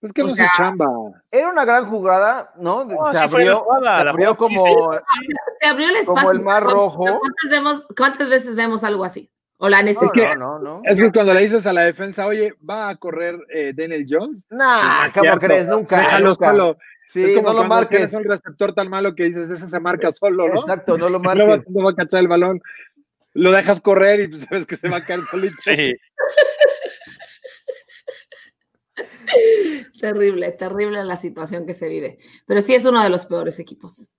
Speaker 4: es que
Speaker 5: O
Speaker 4: no es su
Speaker 5: sea,
Speaker 4: chamba.
Speaker 3: Era una gran jugada, ¿no?
Speaker 5: Oh,
Speaker 2: No,
Speaker 3: se
Speaker 2: Oh, sí fue la
Speaker 3: abrió,
Speaker 2: jugada,
Speaker 3: se
Speaker 2: la
Speaker 3: abrió
Speaker 2: jugada, sí,
Speaker 3: como.
Speaker 5: se abrió el espacio.
Speaker 3: Como el mar
Speaker 5: ¿Cuántas-
Speaker 3: rojo.
Speaker 5: ¿Cuántas, vemos- cuántas veces vemos algo así? O la
Speaker 3: No,
Speaker 5: necesidad.
Speaker 4: que-
Speaker 3: no, no, no.
Speaker 4: Es que cuando le dices a la defensa, oye, va a correr eh, Daniel Jones,
Speaker 3: Nah,
Speaker 4: es
Speaker 3: ¿cómo
Speaker 4: cierto.
Speaker 3: crees? Nunca.
Speaker 4: déjalo
Speaker 3: nunca.
Speaker 4: solo.
Speaker 3: Sí,
Speaker 4: es como
Speaker 3: no lo
Speaker 4: cuando
Speaker 3: marques.
Speaker 4: tienes un receptor tan malo que dices, ese se marca solo, ¿no?
Speaker 3: Exacto, no lo
Speaker 4: No va,
Speaker 3: marques.
Speaker 4: no va a cachar el balón. Lo dejas correr y pues, sabes que se va a caer solito.
Speaker 2: Sí.
Speaker 5: Terrible, terrible la situación que se vive. Pero sí es uno de los peores equipos.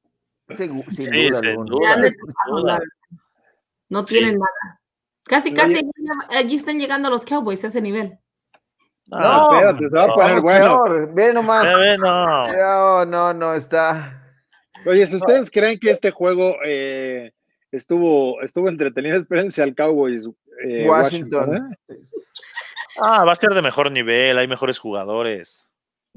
Speaker 3: Sin, sin
Speaker 2: Sí,
Speaker 3: duda
Speaker 2: sin
Speaker 3: alguna.
Speaker 2: duda.
Speaker 5: Grandes cosas, la
Speaker 2: duda.
Speaker 5: verdad. No
Speaker 2: Sí.
Speaker 5: tienen nada. Casi,
Speaker 4: No
Speaker 5: casi
Speaker 4: lle-
Speaker 5: allí están llegando los Cowboys a ese nivel.
Speaker 2: Ah,
Speaker 4: espérate, se va a poner
Speaker 3: Vamos,
Speaker 4: bueno.
Speaker 3: peor. Ve nomás.
Speaker 2: ya ve, Eh, no.
Speaker 3: No, no, no, está.
Speaker 4: Oye, si ustedes creen que este juego eh, estuvo, estuvo entretenido, espérense al Cowboys eh,
Speaker 3: Washington.
Speaker 4: Washington. ¿eh?
Speaker 2: Ah, va a ser de mejor nivel, hay mejores jugadores.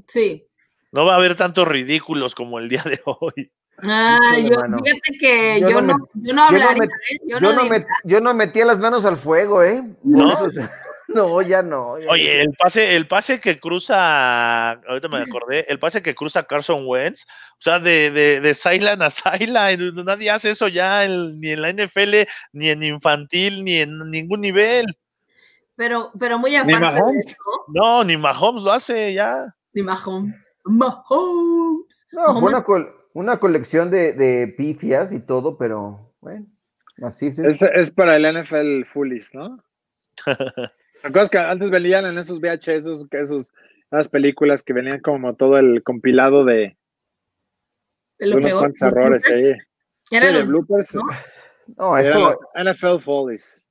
Speaker 5: Sí.
Speaker 2: No va a haber tantos ridículos como el día de hoy.
Speaker 5: Ah,
Speaker 3: Híjole,
Speaker 5: yo,
Speaker 3: mano.
Speaker 5: fíjate que
Speaker 3: Yo
Speaker 5: yo,
Speaker 3: no me-
Speaker 5: no, yo no
Speaker 3: yo no
Speaker 5: hablaría,
Speaker 3: me-
Speaker 5: ¿eh? yo
Speaker 3: Yo,
Speaker 5: no,
Speaker 3: no
Speaker 5: diría.
Speaker 3: met- yo no metía las manos al fuego, ¿eh?
Speaker 2: ¿No?
Speaker 3: No, ya no. ya
Speaker 2: Oye,
Speaker 3: no.
Speaker 2: el pase, el pase que cruza, ahorita me acordé, el pase que cruza Carson Wentz, o sea, de, de, de sideline a sideline, nadie hace eso ya en- ni en la NFL, ni en infantil, ni en ningún nivel.
Speaker 5: Pero, pero muy aparte de
Speaker 4: Mahomes.
Speaker 5: eso,
Speaker 2: No, ni Mahomes lo hace ya.
Speaker 5: ni Mahomes. Mahomes.
Speaker 3: No, fue una, col- una colección de, de pifias y todo, pero bueno, así es.
Speaker 4: Es, es para el NFL Fullies, ¿no? ¿Te acuerdas que antes venían en esos VHS, esos, esos, esas películas que venían como todo el compilado de,
Speaker 5: de
Speaker 4: de
Speaker 5: lo
Speaker 4: unos
Speaker 5: peor.
Speaker 4: cuantos errores ahí.
Speaker 5: Ya
Speaker 4: Sí,
Speaker 5: eran
Speaker 4: de
Speaker 5: los-
Speaker 4: bloopers.
Speaker 5: ¿no?
Speaker 3: No,
Speaker 4: Eran
Speaker 3: esto,
Speaker 4: los NFL Fullies.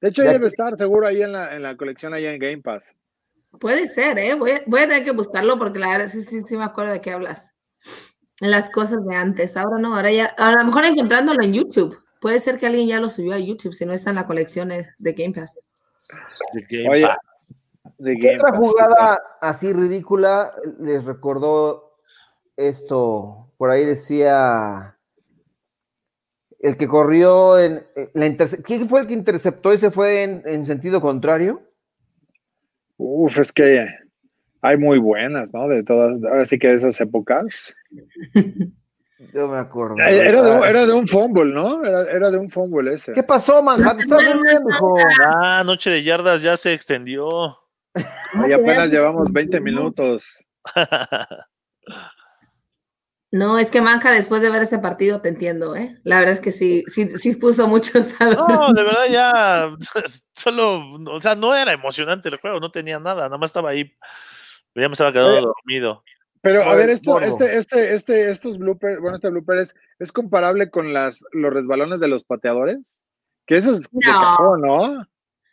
Speaker 4: De hecho,
Speaker 3: Ya
Speaker 4: ahí debe
Speaker 3: que-
Speaker 4: estar seguro ahí en la, en la colección, ahí en Game Pass.
Speaker 5: Puede ser, ¿eh? Voy, voy a tener que buscarlo porque la verdad sí, sí, sí me acuerdo de qué hablas. Las cosas de antes, ahora no, ahora ya, a lo mejor encontrándolo en YouTube. Puede ser que alguien ya lo subió a YouTube si no está en la colección eh, de Game Pass.
Speaker 4: Oye, de
Speaker 3: ¿qué
Speaker 4: Game
Speaker 3: otra
Speaker 4: Pass.
Speaker 3: jugada así ridícula les recordó esto? Por ahí decía el que corrió en, en la interce- ¿Quién fue el que interceptó y se fue en, en sentido contrario?
Speaker 4: Uf, es que hay muy buenas, ¿no? De todas, ahora sí que de esas épocas.
Speaker 3: Yo me acuerdo.
Speaker 4: Eh, Era de, un- era de un fumble, ¿no? Era, era de un fumble ese.
Speaker 3: ¿Qué pasó, Manhattan? ¿Estás durmiendo, hijo?
Speaker 2: Ah, noche de yardas ya se extendió.
Speaker 4: Y apenas llevamos 20 minutos.
Speaker 5: No, es que Manja, después de ver ese partido, te entiendo, ¿eh? La verdad es que sí, sí, sí puso mucho sabor.
Speaker 2: No, de verdad ya solo, o sea, no era emocionante el juego, no tenía nada, nada más estaba ahí, ya me estaba quedando
Speaker 3: Eh,
Speaker 4: Oye.
Speaker 2: dormido.
Speaker 4: Pero
Speaker 3: Por
Speaker 4: a ver,
Speaker 3: el
Speaker 4: esto,
Speaker 3: morbo.
Speaker 4: este, este, este, estos bloopers, bueno, este blooper es, es comparable con las, los resbalones de los pateadores, que eso es de
Speaker 5: No.
Speaker 4: cajón, ¿no?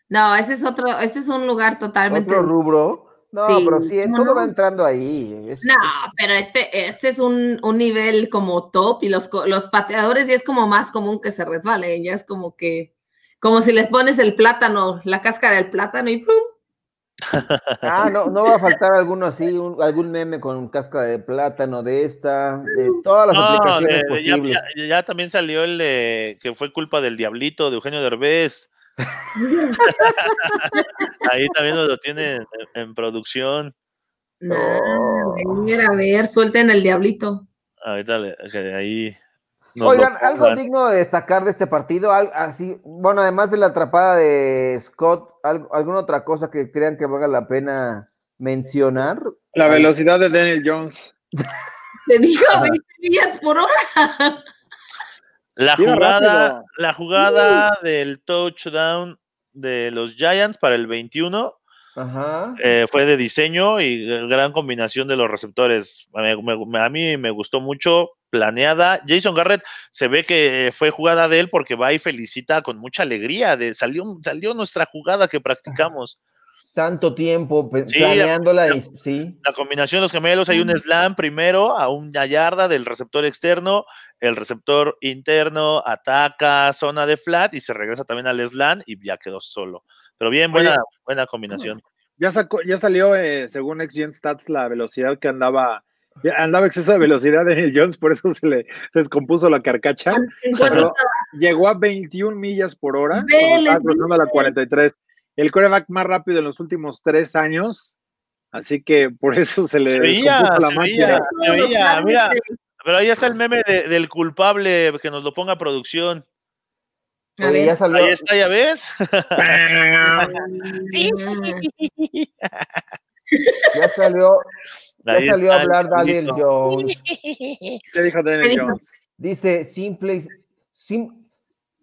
Speaker 5: No, ese es otro, este es un lugar totalmente.
Speaker 3: Otro rubro. No,
Speaker 5: Sí,
Speaker 3: pero sí,
Speaker 5: ¿cómo
Speaker 3: todo
Speaker 5: no?
Speaker 3: va entrando ahí. es-
Speaker 5: No, pero este, este es un, un nivel como top y los, co- los pateadores ya es como más común que se resbalen, ya es como que, como si les pones el plátano, la cáscara del plátano y ¡pum!
Speaker 3: Ah, no, no va a faltar alguno así, un- algún meme con casca de plátano de esta, de todas las
Speaker 2: No,
Speaker 3: aplicaciones
Speaker 2: de- de- ya,
Speaker 3: posibles.
Speaker 2: ya- ya también salió el de que fue culpa del diablito de Eugenio Derbez. Ahí también nos lo tienen en, en producción.
Speaker 5: No,
Speaker 2: Oh.
Speaker 5: venir a ver, suelten el diablito.
Speaker 2: Ahorita le- que ahí. nos lo
Speaker 3: Oigan, algo
Speaker 2: pongan.
Speaker 3: digno de destacar de este partido, al- así, bueno, además de la atrapada de Scott, al- ¿alguna otra cosa que crean que valga la pena mencionar?
Speaker 4: La
Speaker 3: Ay.
Speaker 4: velocidad de Daniel Jones.
Speaker 5: Te dijo 20 millas por hora.
Speaker 2: La
Speaker 4: Iba
Speaker 2: jugada,
Speaker 4: rápido.
Speaker 2: la jugada del touchdown de los Giants para el 21
Speaker 3: Ajá.
Speaker 2: eh, fue de diseño y eh, gran combinación de los receptores. Me- me- me- a mí me gustó mucho, planeada. Jason Garrett se ve que eh, fue jugada de él porque va y felicita con mucha alegría. De, salió, salió nuestra jugada que practicamos.
Speaker 3: Tanto tiempo pe-
Speaker 2: Sí,
Speaker 3: planeándola y sí.
Speaker 2: La combinación de los gemelos, hay un slam primero a una yarda del receptor externo, el receptor interno ataca zona de flat y se regresa también al slam y ya quedó solo. Pero bien, buena,
Speaker 4: Oye.
Speaker 2: buena combinación.
Speaker 4: Ya, sacó, ya salió, eh, según XGen Stats, la velocidad que andaba, ya andaba exceso de velocidad Daniel Jones, por eso se le descompuso la carcacha.
Speaker 5: En cuanto
Speaker 4: Pero llegó a 21 millas por hora, cuando
Speaker 5: Vélez,
Speaker 4: estaba cruzando la 43. El coreback más rápido en los últimos tres años, así que por eso se le
Speaker 2: Se veía,
Speaker 4: descompuso la
Speaker 2: se
Speaker 4: máquina.
Speaker 2: veía.
Speaker 5: todos los
Speaker 2: Mira,
Speaker 5: planes
Speaker 2: mira.
Speaker 5: de-
Speaker 2: Pero ahí está el meme de- del culpable, que nos lo ponga producción.
Speaker 5: A
Speaker 3: Oye,
Speaker 5: ver.
Speaker 3: ya salió.
Speaker 2: Ahí está, ya ves.
Speaker 3: Ya salió, ya
Speaker 2: Ahí
Speaker 3: salió a
Speaker 2: está el
Speaker 3: hablar Daniel
Speaker 2: culito.
Speaker 3: Jones.
Speaker 4: ¿Qué dijo Daniel
Speaker 5: dijo?
Speaker 4: Jones?
Speaker 3: Dice, simple, y- sim-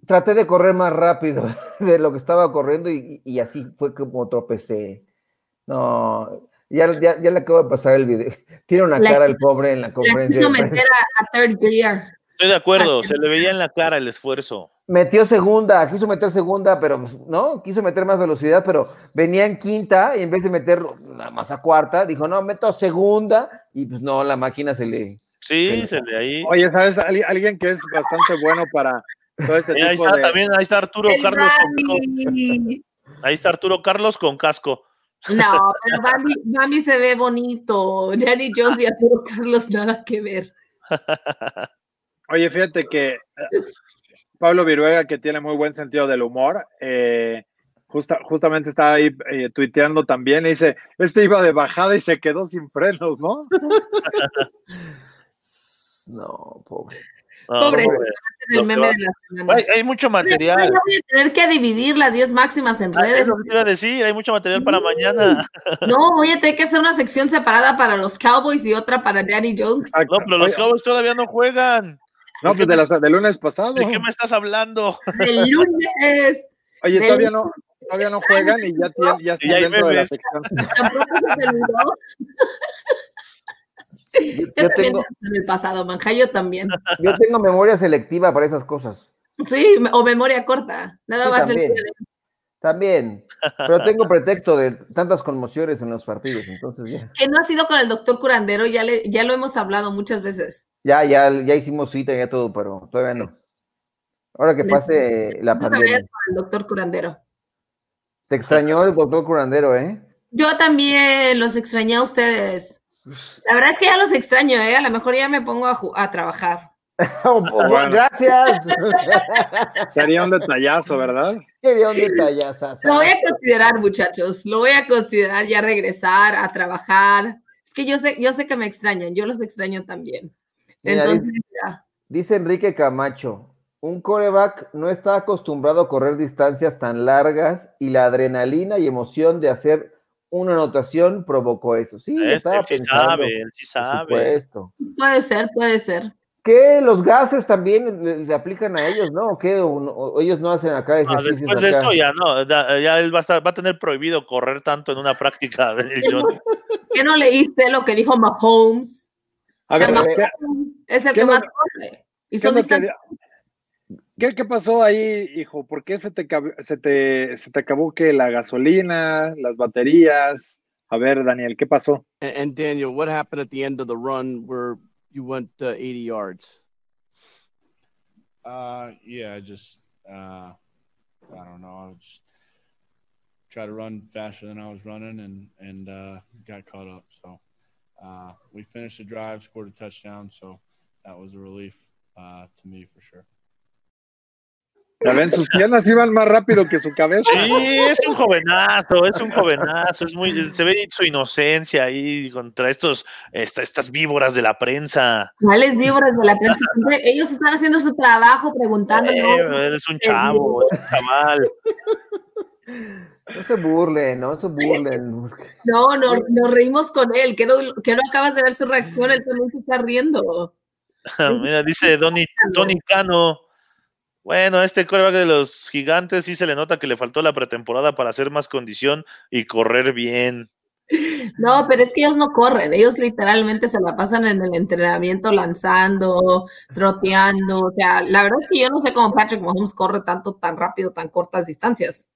Speaker 3: traté de correr más rápido de lo que estaba corriendo y, y así fue como tropecé. No, ya, ya, ya le acabo de pasar el video. Tiene una
Speaker 5: La
Speaker 3: cara
Speaker 5: qui-
Speaker 3: el pobre en la
Speaker 5: La
Speaker 3: conferencia.
Speaker 5: quiso
Speaker 3: de prensa.
Speaker 5: meter a, a third gear.
Speaker 2: Estoy de acuerdo, se le veía en la cara el esfuerzo.
Speaker 3: Metió segunda, quiso meter segunda, pero pues, no, quiso meter más velocidad, pero venía en quinta y en vez de meter la más a cuarta, dijo, no, meto segunda y pues no, la máquina se le...
Speaker 2: Sí,
Speaker 3: Sí.
Speaker 2: se le ahí.
Speaker 4: Oye, ¿sabes? Ali- Alguien que es bastante bueno para todo este
Speaker 2: Ahí
Speaker 4: tipo
Speaker 2: está
Speaker 4: de...
Speaker 2: también, ahí está Arturo
Speaker 5: El
Speaker 2: Carlos. con-
Speaker 5: Bambi.
Speaker 2: Ahí está Arturo Carlos con casco.
Speaker 5: No, pero Bambi, Bambi se ve bonito. Danny Jones y Arturo Carlos nada que ver.
Speaker 4: Oye, fíjate que eh, Pablo Viruega, que tiene muy buen sentido del humor, eh, justa- justamente estaba ahí eh, tuiteando también y dice, este iba de bajada y se quedó sin frenos, ¿no?
Speaker 3: No, pobre.
Speaker 2: No,
Speaker 5: Pobre.
Speaker 2: hombre.
Speaker 5: Es el
Speaker 2: Lo
Speaker 5: meme
Speaker 2: peor.
Speaker 5: de la semana.
Speaker 2: Hay, hay mucho
Speaker 5: Ahora
Speaker 2: material.
Speaker 5: ya voy a tener que dividir las 10 máximas en
Speaker 2: Ah,
Speaker 5: redes.
Speaker 2: Eso te iba a decir, hay mucho material para mañana.
Speaker 5: No, voy a tener que hacer una sección separada para los Cowboys y otra para Danny Jones.
Speaker 2: No, pero los
Speaker 4: Oye,
Speaker 2: Cowboys todavía no juegan.
Speaker 4: no, pues de, las, del lunes pasado.
Speaker 2: ¿De qué me estás hablando?
Speaker 5: El lunes.
Speaker 4: Oye,
Speaker 5: del-
Speaker 4: todavía no, todavía no juegan y ya, tienen- ya están
Speaker 2: hay
Speaker 4: dentro de la
Speaker 2: memes.
Speaker 4: sección.
Speaker 5: Tampoco se terminó.
Speaker 3: Yo,
Speaker 5: Yo,
Speaker 3: yo
Speaker 5: también
Speaker 3: tengo,
Speaker 5: en el pasado, manja, yo también.
Speaker 3: yo tengo memoria selectiva para esas cosas.
Speaker 5: Sí, me- o memoria corta. Nada
Speaker 3: Sí,
Speaker 5: más el
Speaker 3: también.
Speaker 5: día de-
Speaker 3: También, pero tengo pretexto de tantas conmociones en los partidos, entonces ya,
Speaker 5: que no ha sido con el doctor curandero, ya, le, ya lo hemos hablado muchas veces.
Speaker 3: ya, ya, ya hicimos cita, ya todo, pero todavía no. Ahora que pase la
Speaker 5: Tú sabías
Speaker 3: pandemia.
Speaker 5: con el doctor curandero.
Speaker 3: Te extrañó el doctor curandero, ¿eh?
Speaker 5: Yo también los extrañé a ustedes. La verdad es que ya los extraño, ¿eh? A lo mejor ya me pongo a, ju- a trabajar.
Speaker 3: Oh,
Speaker 2: Ah,
Speaker 3: oh, oh,
Speaker 4: Bueno.
Speaker 3: Gracias.
Speaker 4: Sería un detallazo, ¿verdad?
Speaker 3: Quería un detallazo.
Speaker 5: Lo voy a considerar, muchachos. Lo voy a considerar ya regresar a trabajar. Es que yo sé, yo sé que me extrañan, yo los extraño también.
Speaker 3: Mira,
Speaker 5: Entonces, ya.
Speaker 3: Dice Enrique Camacho, un coreback no está acostumbrado a correr distancias tan largas y la adrenalina y emoción de hacer una anotación provocó eso. Sí,
Speaker 2: Este,
Speaker 3: estaba
Speaker 2: él sí
Speaker 3: pensando,
Speaker 2: sabe, él sí
Speaker 3: por
Speaker 2: sabe.
Speaker 3: supuesto.
Speaker 5: Puede ser, puede ser.
Speaker 3: Que los gases también le, le aplican a ellos, ¿no? ¿O qué? ¿O no- o ellos no hacen acá
Speaker 2: No,
Speaker 3: ejercicios
Speaker 2: Ah, después de
Speaker 3: acá?
Speaker 2: esto ya no, da- ya él va a, estar- va a tener prohibido correr tanto en una práctica. de Johnny.
Speaker 5: ¿Qué no leíste lo que dijo Mahomes?
Speaker 4: A ver,
Speaker 5: Se llama-
Speaker 4: ¿qué-
Speaker 5: Es el
Speaker 4: ¿Qué
Speaker 5: que
Speaker 4: no-
Speaker 5: más corre. Y
Speaker 4: ¿Qué, es
Speaker 5: son
Speaker 4: lo que-
Speaker 5: distancias.
Speaker 4: ¿Qué- qué pasó ahí, hijo? ¿Por qué se te, cab- se te, se te acabó que la gasolina, las baterías? A ver, Daniel, ¿qué pasó?
Speaker 7: And, and Daniel, what happened at the end of the run where you went uh, 80 yards?
Speaker 8: Uh, yeah, I just uh, I don't know. I was try to run faster than I was running, and and uh, got caught up. So uh, we finished the drive, scored a touchdown. So that was a relief uh, to me for sure.
Speaker 4: Ya ven, sus piernas iban más rápido que su cabeza.
Speaker 2: Sí, es un jovenazo, es un jovenazo, es muy, se ve su inocencia ahí contra estos, esta- estas víboras de la prensa.
Speaker 5: ¿Cuáles víboras de la prensa? Siempre- Ellos están haciendo su trabajo preguntando. ¿no?
Speaker 2: Eh, es un chavo, es un chaval.
Speaker 3: No se burlen, no se burlen. porque-
Speaker 5: No, no, nos reímos con él. Que no, que no acabas de ver su reacción, él también se está riendo.
Speaker 2: Mira, dice Donny, Tony Cano. Bueno, este coreback de los gigantes sí se le nota que le faltó la pretemporada para hacer más condición y correr bien.
Speaker 5: No, pero es que ellos no corren, ellos literalmente se la pasan en el entrenamiento lanzando, troteando, o sea, la verdad es que yo no sé cómo Patrick Mahomes corre tanto, tan rápido, tan cortas distancias,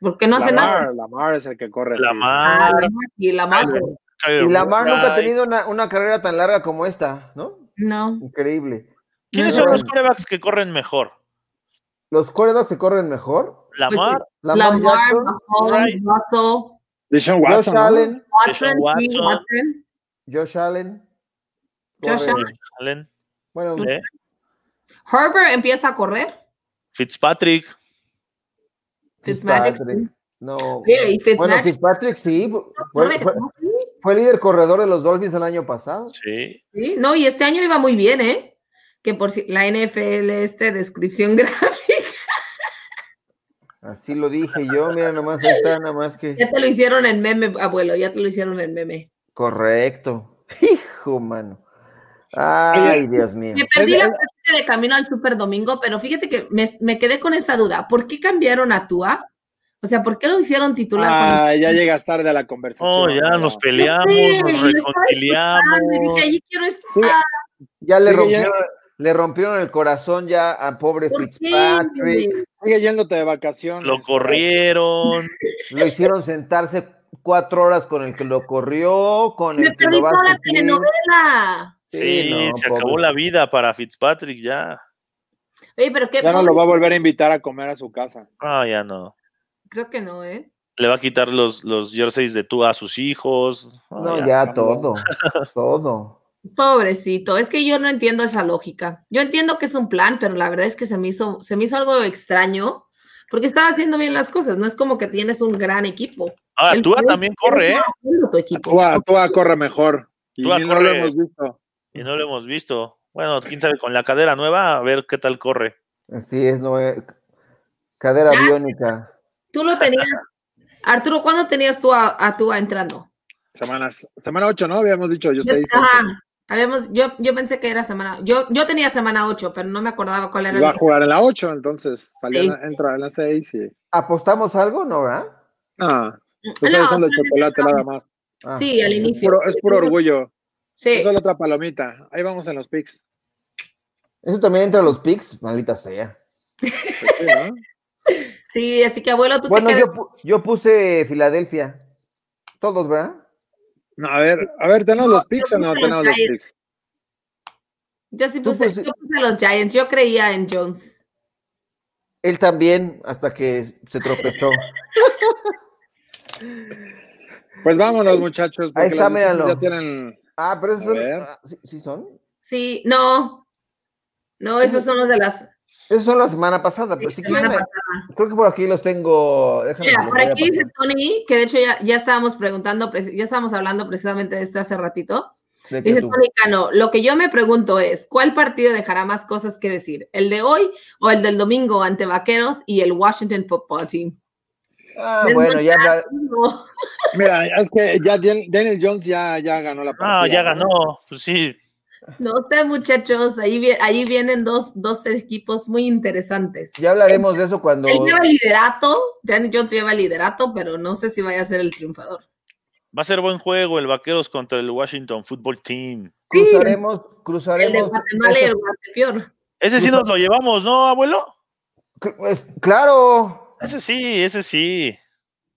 Speaker 5: porque no hace nada.
Speaker 4: Lamar, Lamar es el que corre. así.
Speaker 5: Ah,
Speaker 2: Lamar,
Speaker 5: Lamar, y Lamar,
Speaker 2: Lamar.
Speaker 3: Y Lamar nunca ha
Speaker 2: Murray.
Speaker 3: tenido una, una carrera tan larga como esta, ¿no?
Speaker 5: no.
Speaker 3: Increíble.
Speaker 2: ¿Quiénes son los corebacks que corren mejor?
Speaker 3: ¿Los corebacks se corren mejor?
Speaker 5: Pues
Speaker 2: Lamar,
Speaker 3: Lamar,
Speaker 5: Lamar,
Speaker 3: Jackson,
Speaker 5: Mahomes,
Speaker 2: Right.
Speaker 5: Russell,
Speaker 4: Deshaun
Speaker 3: Josh
Speaker 4: Watson, ¿no?
Speaker 3: Allen,
Speaker 5: Watson,
Speaker 2: Deshaun
Speaker 5: sí,
Speaker 2: Watson.
Speaker 5: Watson.
Speaker 3: Josh Allen.
Speaker 5: Josh
Speaker 3: Corre.
Speaker 5: Allen.
Speaker 2: Allen,
Speaker 3: Bueno,
Speaker 2: ¿eh?
Speaker 5: Herbert empieza a correr,
Speaker 2: Fitzpatrick.
Speaker 5: Fitzmagic.
Speaker 3: Fitzpatrick. No.
Speaker 5: Mira, y
Speaker 3: Bueno,
Speaker 5: Fitzmagic.
Speaker 3: Fitzpatrick sí.
Speaker 5: ¿no?
Speaker 3: Fue, fue- fue líder corredor de los Dolphins el año pasado.
Speaker 2: Sí.
Speaker 5: Sí, no, y este año iba muy bien, ¿eh? Que por si la NFL, este, descripción gráfica.
Speaker 3: Así lo dije yo. Mira, nomás ahí está, nada más que.
Speaker 5: Ya te lo hicieron en meme, abuelo, ya te lo hicieron en meme.
Speaker 3: Correcto. Hijo, mano. Ay, Dios mío.
Speaker 5: Me perdí
Speaker 4: Es-
Speaker 5: la
Speaker 4: es-
Speaker 5: parte de camino al Super Domingo, pero fíjate que me, me quedé con esa duda. ¿Por qué cambiaron a Tua? O sea, ¿por qué lo hicieron titular? cuando-
Speaker 4: Ah, ya llegas tarde a la conversación.
Speaker 2: Oh, ya nos peleamos,
Speaker 5: Sí,
Speaker 2: nos
Speaker 5: lo estaba
Speaker 2: reconciliamos.
Speaker 5: escuchando y dije, "Ahí quiero estar".
Speaker 4: Sí,
Speaker 3: Ya le
Speaker 4: Sigue
Speaker 3: rompieron, le rompieron el corazón ya a pobre
Speaker 5: ¿Por qué,
Speaker 3: Fitzpatrick.
Speaker 5: güey?
Speaker 4: Sigue yéndote de vacaciones.
Speaker 2: Lo corrieron.
Speaker 3: Lo hicieron sentarse cuatro horas con el que lo corrió, con
Speaker 5: Me
Speaker 3: el que lo
Speaker 5: perdí
Speaker 3: va
Speaker 5: toda
Speaker 3: a
Speaker 5: la
Speaker 3: suplir.
Speaker 5: telenovela.
Speaker 2: Sí,
Speaker 3: no,
Speaker 2: se acabó
Speaker 3: pobre.
Speaker 2: la vida para Fitzpatrick ya.
Speaker 5: Oye, pero qué
Speaker 4: Ya no
Speaker 5: pobre-
Speaker 4: lo va a volver a invitar a comer a su casa.
Speaker 2: Ah, ya no.
Speaker 5: Creo que no, ¿eh?
Speaker 2: Le va a quitar los, los jerseys de tú a sus hijos. Ah,
Speaker 3: No,
Speaker 2: ya.
Speaker 3: ya
Speaker 4: cambió.
Speaker 3: todo, todo.
Speaker 5: Pobrecito, es que yo no entiendo esa lógica. Yo entiendo que es un plan, pero la verdad es que se me hizo, se me hizo algo extraño porque estaba haciendo bien las cosas. No es como que tienes un gran equipo.
Speaker 2: Ah,
Speaker 5: El
Speaker 2: Tua
Speaker 5: plan
Speaker 2: también
Speaker 5: Pero
Speaker 2: corre, ¿eh?
Speaker 5: estaba haciendo tu equipo.
Speaker 4: Tua, Tua corre mejor. Y
Speaker 2: Tua
Speaker 4: ni no lo
Speaker 2: corre.
Speaker 4: hemos visto.
Speaker 2: Y no lo hemos visto. Bueno, quién sabe, con la cadera nueva, a ver qué tal corre.
Speaker 3: Así es, no eh, cadera
Speaker 5: Ya.
Speaker 3: biónica.
Speaker 5: Tú lo tenías. Arturo, ¿cuándo tenías tú a, a Tua entrando?
Speaker 4: Semanas, semana 8, ¿no? Habíamos dicho, yo
Speaker 5: Yo,
Speaker 4: estoy.
Speaker 5: ajá, habíamos- yo, yo pensé que era semana. Yo, yo tenía semana 8, pero no me acordaba cuál era.
Speaker 4: Iba a
Speaker 5: el-
Speaker 4: jugar en la 8, entonces salió
Speaker 5: Sí.
Speaker 4: en la- entra en la 6 y.
Speaker 3: ¿Apostamos algo? No, ¿verdad?
Speaker 4: Ah,
Speaker 5: No,
Speaker 4: estoy usando el
Speaker 5: solamente
Speaker 4: chocolate
Speaker 5: estaba-
Speaker 4: nada más.
Speaker 3: Ah,
Speaker 5: Sí, al
Speaker 4: Es
Speaker 5: inicio.
Speaker 4: puro, es puro orgullo.
Speaker 5: Sí.
Speaker 4: Es solo otra palomita. Ahí vamos en los pics.
Speaker 3: Eso también entra a los picks, maldita sea.
Speaker 4: Pues sí, ¿no?
Speaker 5: sí, así que abuelo, tú
Speaker 3: Bueno,
Speaker 5: te quedas.
Speaker 3: yo, pu- yo puse Filadelfia. Todos, ¿verdad?
Speaker 4: No, a ver, a ver, ¿tenemos los pics
Speaker 5: yo
Speaker 4: o no
Speaker 5: puse los
Speaker 4: tenemos los
Speaker 5: Giants.
Speaker 4: pics?
Speaker 5: Yo sí
Speaker 3: tú
Speaker 5: puse,
Speaker 4: pues,
Speaker 3: puse-
Speaker 5: yo puse a los Giants, yo creía en Jones.
Speaker 3: Él también, hasta que se tropezó.
Speaker 4: Pues vámonos, muchachos, porque
Speaker 3: Ahí está,
Speaker 4: las decisiones
Speaker 3: míralo.
Speaker 4: ya tienen.
Speaker 3: Ah, pero esos
Speaker 4: A
Speaker 3: son.
Speaker 4: ver.
Speaker 3: ah, ¿sí, sí son?
Speaker 5: Sí, no. No, esos son los de las.
Speaker 3: Esos son la semana pasada, pero si
Speaker 5: semana
Speaker 3: quieren, creo que por aquí los tengo. Déjame
Speaker 5: Mira,
Speaker 3: se los
Speaker 5: por
Speaker 3: voy a
Speaker 5: aquí dice
Speaker 3: pasar.
Speaker 5: Tony, que de hecho ya, ya estábamos preguntando, preci- ya estábamos hablando precisamente de esto hace ratito.
Speaker 3: De que
Speaker 5: Dice
Speaker 3: tú-
Speaker 5: Tony Cano, lo que yo me pregunto es, ¿cuál partido dejará más cosas que decir? ¿El de hoy o el del domingo ante Vaqueros y el Washington Football Team?
Speaker 3: Ah, bueno, ya habla-
Speaker 5: No,
Speaker 4: Mira, es que ya Dan- Daniel Jones ya, ya ganó la partida.
Speaker 2: No, Ah, ya ganó. Pues sí,
Speaker 5: no sé, muchachos, ahí, vi- ahí vienen dos, dos equipos muy interesantes.
Speaker 3: ya hablaremos de eso cuando.
Speaker 5: Él lleva liderato, Danny Jones lleva liderato, pero no sé si vaya a ser el triunfador.
Speaker 2: va a ser buen juego el Vaqueros contra el Washington Football Team.
Speaker 5: Sí.
Speaker 3: Cruzaremos,
Speaker 5: El de
Speaker 3: cruzaremos.
Speaker 5: Guatemala y el Guatepeor.
Speaker 2: Ese sí nos lo llevamos, ¿no, abuelo?
Speaker 3: Cl- pues, claro,
Speaker 2: Ese sí, ese sí.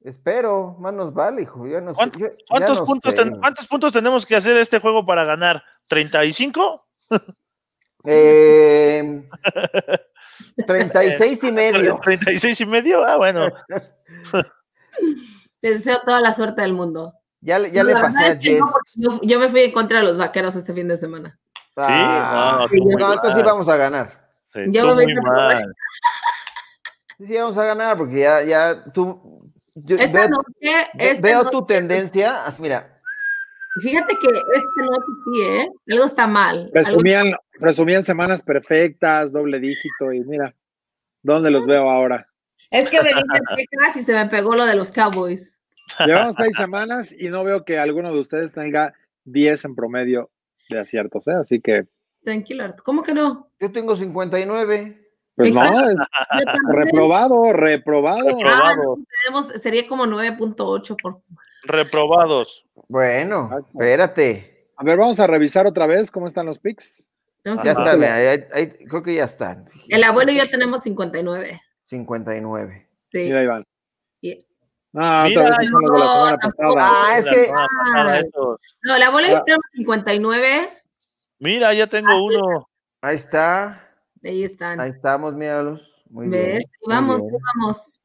Speaker 3: espero. Más nos vale, hijo. ya no sé,
Speaker 2: ¿Cuánto-
Speaker 3: yo- ya
Speaker 2: ¿Cuántos,
Speaker 3: no
Speaker 2: puntos,
Speaker 3: sé.
Speaker 2: ten- ¿Cuántos puntos tenemos que hacer este juego para ganar? ¿35?
Speaker 3: Eh, 36 y medio.
Speaker 2: ¿36 y medio? Ah, bueno.
Speaker 5: Les deseo toda la suerte del mundo.
Speaker 3: Ya, le- ya
Speaker 5: No,
Speaker 3: le
Speaker 5: la
Speaker 3: pasé
Speaker 5: verdad
Speaker 3: a
Speaker 5: es que
Speaker 3: Jess.
Speaker 5: no, porque yo, yo me fui en contra de los vaqueros este fin de semana.
Speaker 3: Ah,
Speaker 2: no,
Speaker 3: sí,
Speaker 5: tú muy
Speaker 3: no, entonces
Speaker 2: mal.
Speaker 3: sí vamos a ganar.
Speaker 2: Se-
Speaker 5: Yo
Speaker 2: tú
Speaker 5: me voy
Speaker 2: muy
Speaker 5: a-
Speaker 2: mal.
Speaker 3: Sí, vamos a ganar porque ya, ya tú. yo
Speaker 5: Esta
Speaker 3: veo,
Speaker 5: noche,
Speaker 3: ve-
Speaker 5: esta
Speaker 3: veo
Speaker 5: noche-
Speaker 3: tu tendencia. así, mira,
Speaker 5: fíjate que esta noche sí, ¿eh? Algo está mal.
Speaker 3: Pues
Speaker 5: Algo-
Speaker 4: Presumían, presumían semanas perfectas, doble dígito, y mira, ¿dónde los veo ahora?
Speaker 5: Es que me vine de Texas y se me pegó lo de los Cowboys.
Speaker 4: Llevamos seis semanas y no veo que alguno de ustedes tenga 10 en promedio de aciertos, ¿eh? Así que,
Speaker 5: Tranquilo, Arturo. ¿Cómo que no?
Speaker 3: yo tengo 59.
Speaker 4: pues no,
Speaker 5: Exacto.
Speaker 4: es
Speaker 5: Yo también. Ah,
Speaker 4: reprobado, reprobado.
Speaker 2: Reprobados.
Speaker 5: Tenemos- sería como 9.8 por
Speaker 2: Reprobados.
Speaker 3: Bueno,
Speaker 4: Exacto.
Speaker 3: espérate.
Speaker 4: A ver, vamos a revisar otra vez cómo están los picks.
Speaker 5: Ah, no sé.
Speaker 3: Ya está, mira, ahí- ahí- creo que ya están.
Speaker 5: El abuelo y yo tenemos 59.
Speaker 3: 59.
Speaker 5: Sí.
Speaker 4: Mira, Iván.
Speaker 5: Sí.
Speaker 4: Ah,
Speaker 2: Mira,
Speaker 4: otra vez hicimos lo de la
Speaker 5: no,
Speaker 4: semana
Speaker 5: tampoco.
Speaker 4: pasada.
Speaker 3: Ah, es que.
Speaker 2: No, nada de esos.
Speaker 5: No, el abuelo y
Speaker 4: Ah.
Speaker 5: yo tenemos 59.
Speaker 2: Mira, ya
Speaker 3: Ah,
Speaker 2: tengo uno.
Speaker 3: Ahí está.
Speaker 5: Ahí están.
Speaker 3: Ahí estamos, míralos. Muy bien.
Speaker 5: ¿Ves?
Speaker 3: muy
Speaker 5: vamos,
Speaker 3: bien.
Speaker 5: vamos.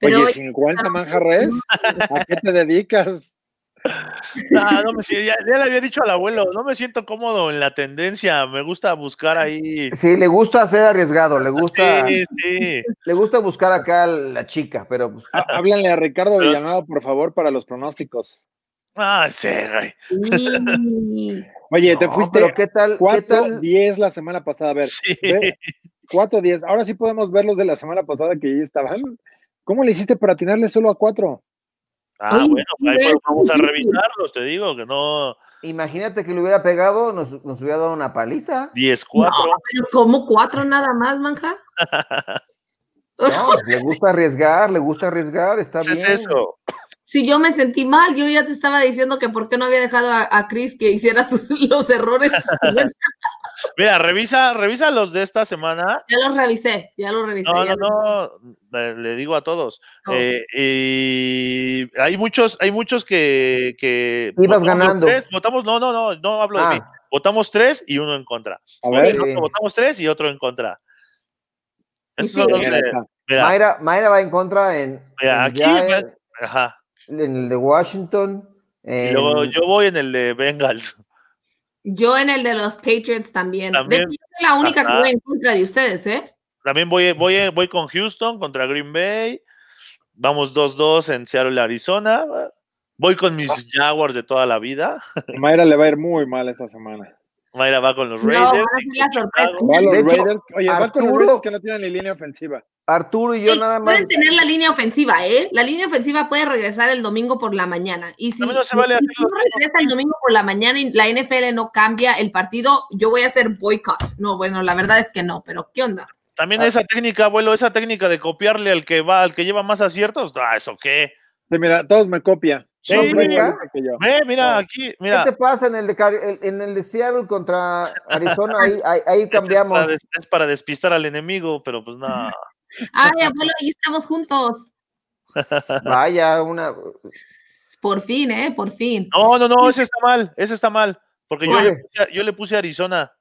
Speaker 5: Pero
Speaker 4: Oye,
Speaker 5: hoy-
Speaker 4: 50 manjarres. ¿A qué te dedicas?
Speaker 3: pues.
Speaker 2: Ah, No, no me si- ya, ya le había dicho al abuelo, no me siento cómodo en la tendencia. Me gusta buscar ahí.
Speaker 3: Sí, le gusta ser arriesgado, le gusta,
Speaker 2: Sí, sí.
Speaker 3: le gusta buscar acá a la chica, pero pues,
Speaker 4: Há- Háblenle a Ricardo Villanueva, por favor, para los pronósticos.
Speaker 2: Ah, ese güey.
Speaker 5: y-
Speaker 4: Oye, te
Speaker 3: no,
Speaker 4: fuiste
Speaker 3: pero qué tal, qué tal,
Speaker 4: 4-10 la semana pasada. A ver,
Speaker 2: Sí.
Speaker 4: ve, 4-10. Ahora sí podemos ver los de la semana pasada que ya estaban. ¿Cómo le hiciste para atinarle solo a 4?
Speaker 2: Ah,
Speaker 5: Oye,
Speaker 2: bueno,
Speaker 5: sí,
Speaker 2: ahí
Speaker 5: ve,
Speaker 2: va- vamos a
Speaker 5: sí.
Speaker 2: revisarlos, te digo que no.
Speaker 3: imagínate que le hubiera pegado, nos, nos hubiera dado una paliza.
Speaker 2: 10-4.
Speaker 5: No, pero como cuatro nada más, manja.
Speaker 3: No, le gusta arriesgar, le gusta arriesgar, está
Speaker 2: ¿Qué
Speaker 3: bien.
Speaker 2: es eso?
Speaker 5: Si yo me sentí mal, yo ya te estaba diciendo que por qué no había dejado a, a Chris que hiciera sus- los errores. Bueno,
Speaker 2: Mira, revisa, revisa los de esta semana.
Speaker 5: ya los revisé, ya los revisé.
Speaker 2: No,
Speaker 5: ya
Speaker 2: no,
Speaker 5: los-
Speaker 2: no. Le, le digo a todos.
Speaker 5: no.
Speaker 2: Eh, y hay muchos, hay muchos que, que
Speaker 3: Ibas
Speaker 2: votamos
Speaker 3: ganando.
Speaker 2: tres, votamos, no, no, no, no hablo de mí.
Speaker 3: Ah,
Speaker 2: Votamos tres y uno en contra.
Speaker 4: A ver.
Speaker 3: Sí.
Speaker 2: Nosotros Votamos tres y otro en contra.
Speaker 5: Y
Speaker 2: Esos
Speaker 5: sí.
Speaker 2: son los
Speaker 4: mira,
Speaker 2: de-
Speaker 4: está.
Speaker 2: mira,
Speaker 3: Mayra, Mayra va en contra en,
Speaker 2: Mira,
Speaker 3: en
Speaker 2: aquí
Speaker 3: ya
Speaker 2: me-
Speaker 3: en-
Speaker 2: ajá.
Speaker 3: en el de Washington.
Speaker 2: Y
Speaker 3: en-
Speaker 2: luego yo voy en el de Bengals.
Speaker 5: Yo en el de los Patriots también.
Speaker 2: También.
Speaker 5: De hecho, yo soy la única
Speaker 2: Ajá.
Speaker 5: que voy en contra de ustedes, ¿eh?
Speaker 2: También voy, voy, voy con Houston contra Green Bay. Vamos 2-2 en Seattle, Arizona. Voy con mis Jaguars de toda la vida.
Speaker 4: Mayra le va a ir muy mal esta semana.
Speaker 2: Mayra va con los
Speaker 5: No,
Speaker 2: Raiders.
Speaker 5: ahora sí la sorpresa.
Speaker 4: Va a los
Speaker 3: De hecho,
Speaker 4: Raiders. Oye, va con los
Speaker 3: Arturo-
Speaker 4: Raiders que no tienen ni línea ofensiva.
Speaker 3: Arturo y yo
Speaker 5: Sí,
Speaker 3: nada más.
Speaker 5: Pueden tener la línea ofensiva, ¿eh? La línea ofensiva puede regresar el domingo por la mañana. Y si
Speaker 2: También no se vale
Speaker 5: si
Speaker 2: hacer
Speaker 5: no
Speaker 2: los-
Speaker 5: regresa el domingo por la mañana y la NFL no cambia el partido, yo voy a hacer boycott. No, bueno, la verdad es que no, pero ¿qué onda?
Speaker 2: También
Speaker 3: Ah.
Speaker 2: esa técnica, abuelo, esa técnica de copiarle al que va, al que lleva más aciertos. Ah, ¿eso qué?
Speaker 4: Sí, mira, todos me copian.
Speaker 2: Sí,
Speaker 4: Todos son
Speaker 2: mira.
Speaker 4: igualitos que yo.
Speaker 2: Ve, mira,
Speaker 4: Ah.
Speaker 2: aquí,
Speaker 3: ¿Qué
Speaker 2: mira.
Speaker 3: te pasa en el de, Car- el- en el de Seattle contra Arizona? Ahí, ahí, ahí
Speaker 2: Este es
Speaker 3: cambiamos.
Speaker 2: para des- Es para, despistar al enemigo, pero pues nada.
Speaker 5: Ay, abuelo, ahí estamos juntos.
Speaker 3: Vaya, una.
Speaker 5: Por fin, ¿eh? Por fin.
Speaker 2: No, no, no, ese está mal, ese está mal. Porque yo
Speaker 3: ¿Cuál
Speaker 2: le,
Speaker 3: es?
Speaker 2: puse, a- yo le puse a Arizona.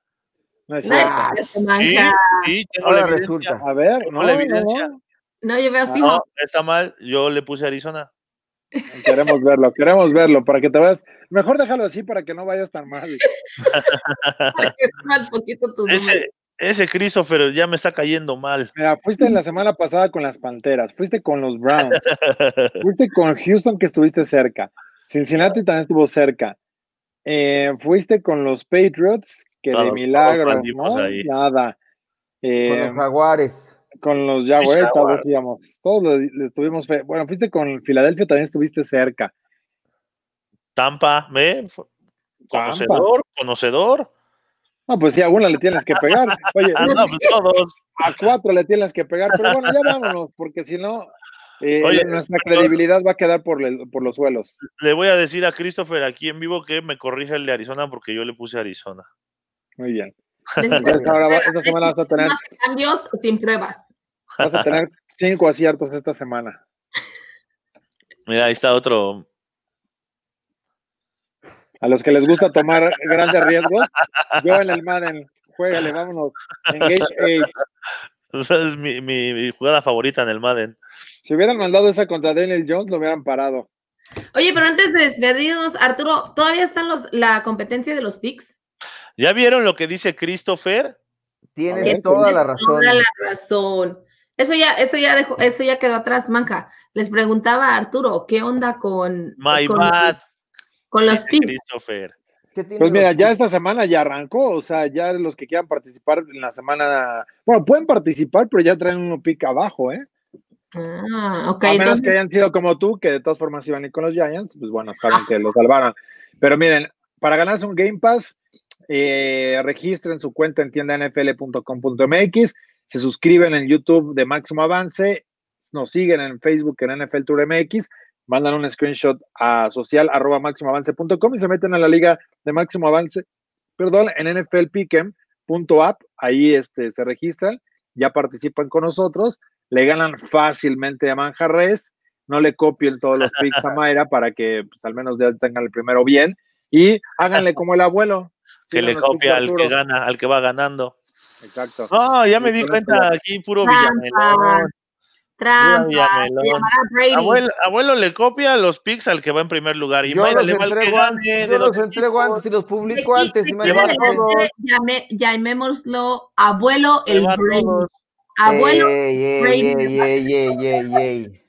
Speaker 4: No es
Speaker 5: No,
Speaker 4: cierto.
Speaker 3: Ah,
Speaker 5: es- es-
Speaker 2: Sí,
Speaker 5: manja.
Speaker 2: sí, tengo la
Speaker 3: Ahora
Speaker 2: evidencia.
Speaker 3: resulta.
Speaker 4: A ver,
Speaker 2: Con
Speaker 4: no,
Speaker 2: la
Speaker 4: no,
Speaker 2: evidencia.
Speaker 4: no.
Speaker 5: No, yo veo así.
Speaker 2: No, está mal, yo le puse a Arizona.
Speaker 4: Queremos verlo, queremos verlo, para que te veas. Mejor déjalo así para que no vayas tan mal.
Speaker 5: mal poquito tus números.
Speaker 2: Ese, ese Christopher ya me está cayendo mal.
Speaker 4: Mira, fuiste la semana pasada con las Panteras, fuiste con los Browns, fuiste con Houston que estuviste cerca, Cincinnati también estuvo cerca, eh, fuiste con los Patriots que
Speaker 2: Todos-
Speaker 4: de
Speaker 2: todos
Speaker 4: milagro,
Speaker 2: perdimos
Speaker 4: ¿no?
Speaker 2: ahí.
Speaker 4: nada. Eh,
Speaker 3: Con los Jaguares.
Speaker 4: con, los con los Jaguars,
Speaker 2: Jaguars.
Speaker 4: tal vez íbamos. Todos le, le tuvimos fe. Bueno, fuiste con Filadelfia, también estuviste cerca.
Speaker 2: Tampa, ¿ve? Conocedor, conocedor.
Speaker 4: No, pues sí, a una le tienes que pegar. Oye,
Speaker 2: Ah, no, pues todos.
Speaker 4: a cuatro le tienes que pegar, pero bueno, ya vámonos, porque si no, eh,
Speaker 2: Oye,
Speaker 4: nuestra credibilidad va a quedar por, el- por los suelos.
Speaker 2: Le voy a decir a Christopher aquí en vivo que me corrija el de Arizona porque yo le puse Arizona.
Speaker 4: Muy bien.
Speaker 5: Necesitamos
Speaker 4: Entonces, ahora va- esta semana vas a tener,
Speaker 5: más cambios sin pruebas.
Speaker 4: vas a tener cinco aciertos esta semana.
Speaker 2: Mira, ahí está otro.
Speaker 4: A los que les gusta tomar grandes riesgos, yo en el Madden, juégale, vámonos. Engage eight.
Speaker 2: Esa es mi, mi- mi jugada favorita en el Madden.
Speaker 4: Si hubieran mandado esa contra Daniel Jones, lo hubieran parado.
Speaker 5: Oye, pero antes de despedirnos, Arturo, ¿todavía están los, la competencia de los picks?
Speaker 2: ¿Ya vieron lo que dice Christopher?
Speaker 3: Tienes
Speaker 4: ver,
Speaker 3: toda
Speaker 4: tienes
Speaker 3: la razón.
Speaker 5: Toda la razón. Eso ya, eso ya dejó, eso ya quedó atrás, Manja. Les preguntaba a Arturo, ¿qué onda con,
Speaker 2: My
Speaker 5: con,
Speaker 2: bad,
Speaker 5: con los
Speaker 2: dice
Speaker 5: picks?
Speaker 2: Christopher.
Speaker 3: ¿Qué tienen
Speaker 4: Pues mira,
Speaker 3: los-
Speaker 4: ya esta semana ya arrancó, o sea, ya los que quieran participar en la semana, bueno, pueden participar, pero ya traen un pick abajo, ¿eh?
Speaker 5: Ah, ok.
Speaker 4: A menos
Speaker 5: entonces-
Speaker 4: que hayan sido como tú, que de todas formas iban a ir con los Giants, pues bueno, está bien que lo salvaron. Pero miren, para ganarse un Game Pass, eh, registren su cuenta en tiendanfl.com.mx, se suscriben en YouTube de Máximo Avance, nos siguen en Facebook en NFL Tour MX, mandan un screenshot a social arroba máximoavance.com y se meten a la liga de Máximo Avance, perdón, en E nflpickem.app, ahí este, se registran, ya participan con nosotros le ganan fácilmente a Manja Reyes, no le copien todos los picks a Mayra para que pues, al menos ya tengan el primero bien y háganle como el abuelo.
Speaker 2: Que
Speaker 4: Sigan
Speaker 2: le
Speaker 4: los picks de
Speaker 2: copia al que
Speaker 4: Arturo.
Speaker 2: gana, al que va ganando.
Speaker 4: Exacto.
Speaker 2: No, ya me
Speaker 4: Sí,
Speaker 2: di
Speaker 4: con
Speaker 2: cuenta aquí, puro
Speaker 5: Trampa,
Speaker 2: Villamelón.
Speaker 5: trampa.
Speaker 2: Mira, Villamelón.
Speaker 5: Se llamará Brady.
Speaker 2: Abuelo, abuelo le copia los picks al que va en primer lugar. Y
Speaker 3: yo
Speaker 2: Mayra
Speaker 3: los
Speaker 2: le va al que
Speaker 3: entrego
Speaker 2: gane.
Speaker 3: antes,
Speaker 2: de
Speaker 3: yo los
Speaker 2: los
Speaker 3: entrego
Speaker 2: equipos.
Speaker 3: antes y los
Speaker 5: De
Speaker 3: publico
Speaker 5: aquí-
Speaker 3: antes.
Speaker 5: de
Speaker 3: Y
Speaker 5: aquí en
Speaker 3: mañana
Speaker 2: lleva
Speaker 3: todos.
Speaker 5: adelante, llame- Llamémoslo abuelo
Speaker 2: Le
Speaker 5: el
Speaker 2: va a
Speaker 5: Brady.
Speaker 2: todos.
Speaker 4: Eh,
Speaker 5: Abuelo,
Speaker 3: Ey, ey,
Speaker 5: Brady
Speaker 3: ey,
Speaker 5: le va-
Speaker 3: ey, ey, ey, ey.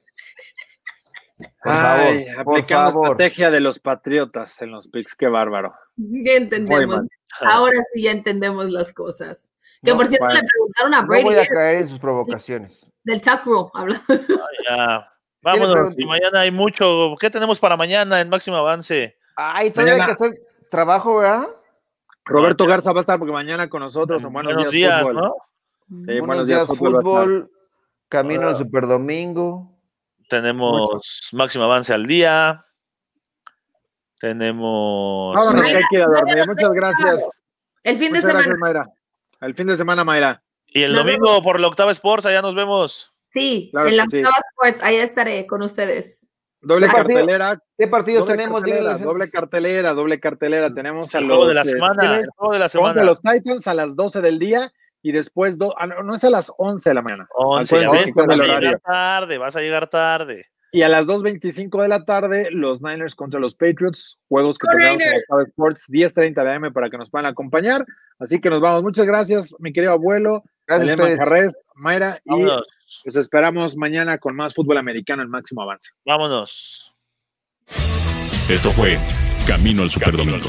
Speaker 3: Por
Speaker 4: Ay,
Speaker 3: favor, por
Speaker 4: aplicando
Speaker 3: favor.
Speaker 4: estrategia de los patriotas en los picks, qué bárbaro.
Speaker 5: ya entendemos.
Speaker 4: mal.
Speaker 5: Ahora sí ya entendemos las cosas. Que
Speaker 4: No,
Speaker 5: por cierto
Speaker 4: bueno.
Speaker 5: le preguntaron a
Speaker 3: No
Speaker 5: Brady
Speaker 3: voy a
Speaker 5: ¿eh?
Speaker 3: caer en sus provocaciones.
Speaker 5: del Chuck Rule. habla-
Speaker 2: Ya. Vámonos,
Speaker 3: pregunto?
Speaker 2: y mañana hay mucho. ¿Qué tenemos para mañana en Máximo Avance?
Speaker 3: Ay, todavía hay que
Speaker 4: Mañana-
Speaker 3: hacer trabajo, ¿verdad?
Speaker 4: Roberto Garza va a estar porque mañana con nosotros en Buenos, Días, Fútbol.
Speaker 2: ¿no?
Speaker 4: Sí, buenos, días, fútbol. va a estar.
Speaker 3: fútbol, camino al
Speaker 2: Ah.
Speaker 3: superdomingo.
Speaker 2: Tenemos Máximo Avance al día. Tenemos.
Speaker 4: Vámonos,
Speaker 5: Mayra,
Speaker 4: que hay que ir a dormir.
Speaker 5: Mayra,
Speaker 4: Muchas gracias.
Speaker 5: El fin
Speaker 4: Muchas
Speaker 5: de semana.
Speaker 4: gracias, Mayra. El fin de semana, Mayra.
Speaker 2: Y el
Speaker 5: Nos
Speaker 2: domingo por la octava Sports, allá nos vemos.
Speaker 5: Sí,
Speaker 4: Claro
Speaker 5: en la
Speaker 4: que sí.
Speaker 5: octava Sports, ahí estaré con ustedes.
Speaker 4: Doble
Speaker 3: ¿Qué partido?
Speaker 4: cartelera,
Speaker 3: ¿Qué partidos
Speaker 4: Doble
Speaker 3: tenemos?
Speaker 4: cartelera,
Speaker 3: Diego?
Speaker 4: doble cartelera, doble cartelera. Tenemos a
Speaker 2: el juego
Speaker 4: los,
Speaker 2: de la
Speaker 4: eh,
Speaker 2: semana. El
Speaker 4: Steelers
Speaker 2: juego de la
Speaker 4: contra
Speaker 2: semana.
Speaker 4: los Titans a las 12 del día y después, do- ah, no, no es a las 11 de la mañana.
Speaker 2: 11, ya
Speaker 4: Acuérdense
Speaker 2: ves,
Speaker 4: que cambia
Speaker 2: vas
Speaker 4: el
Speaker 2: a llegar
Speaker 4: horario.
Speaker 2: tarde, vas a llegar tarde.
Speaker 4: Y a las 2.25 de la tarde, los Niners contra los Patriots, juegos que
Speaker 5: Go
Speaker 4: tenemos en
Speaker 5: Niners.
Speaker 4: Octava Sports, 10.30 de AM para que nos puedan acompañar. Así que nos vamos. Muchas gracias, mi querido abuelo,
Speaker 3: Gracias a
Speaker 4: Elena
Speaker 3: ustedes.
Speaker 4: Manjarres, Mayra, y
Speaker 2: Vámonos,
Speaker 4: los esperamos mañana con más fútbol americano en máximo avance.
Speaker 2: vámonos.
Speaker 1: Esto fue Camino al Superdomingo,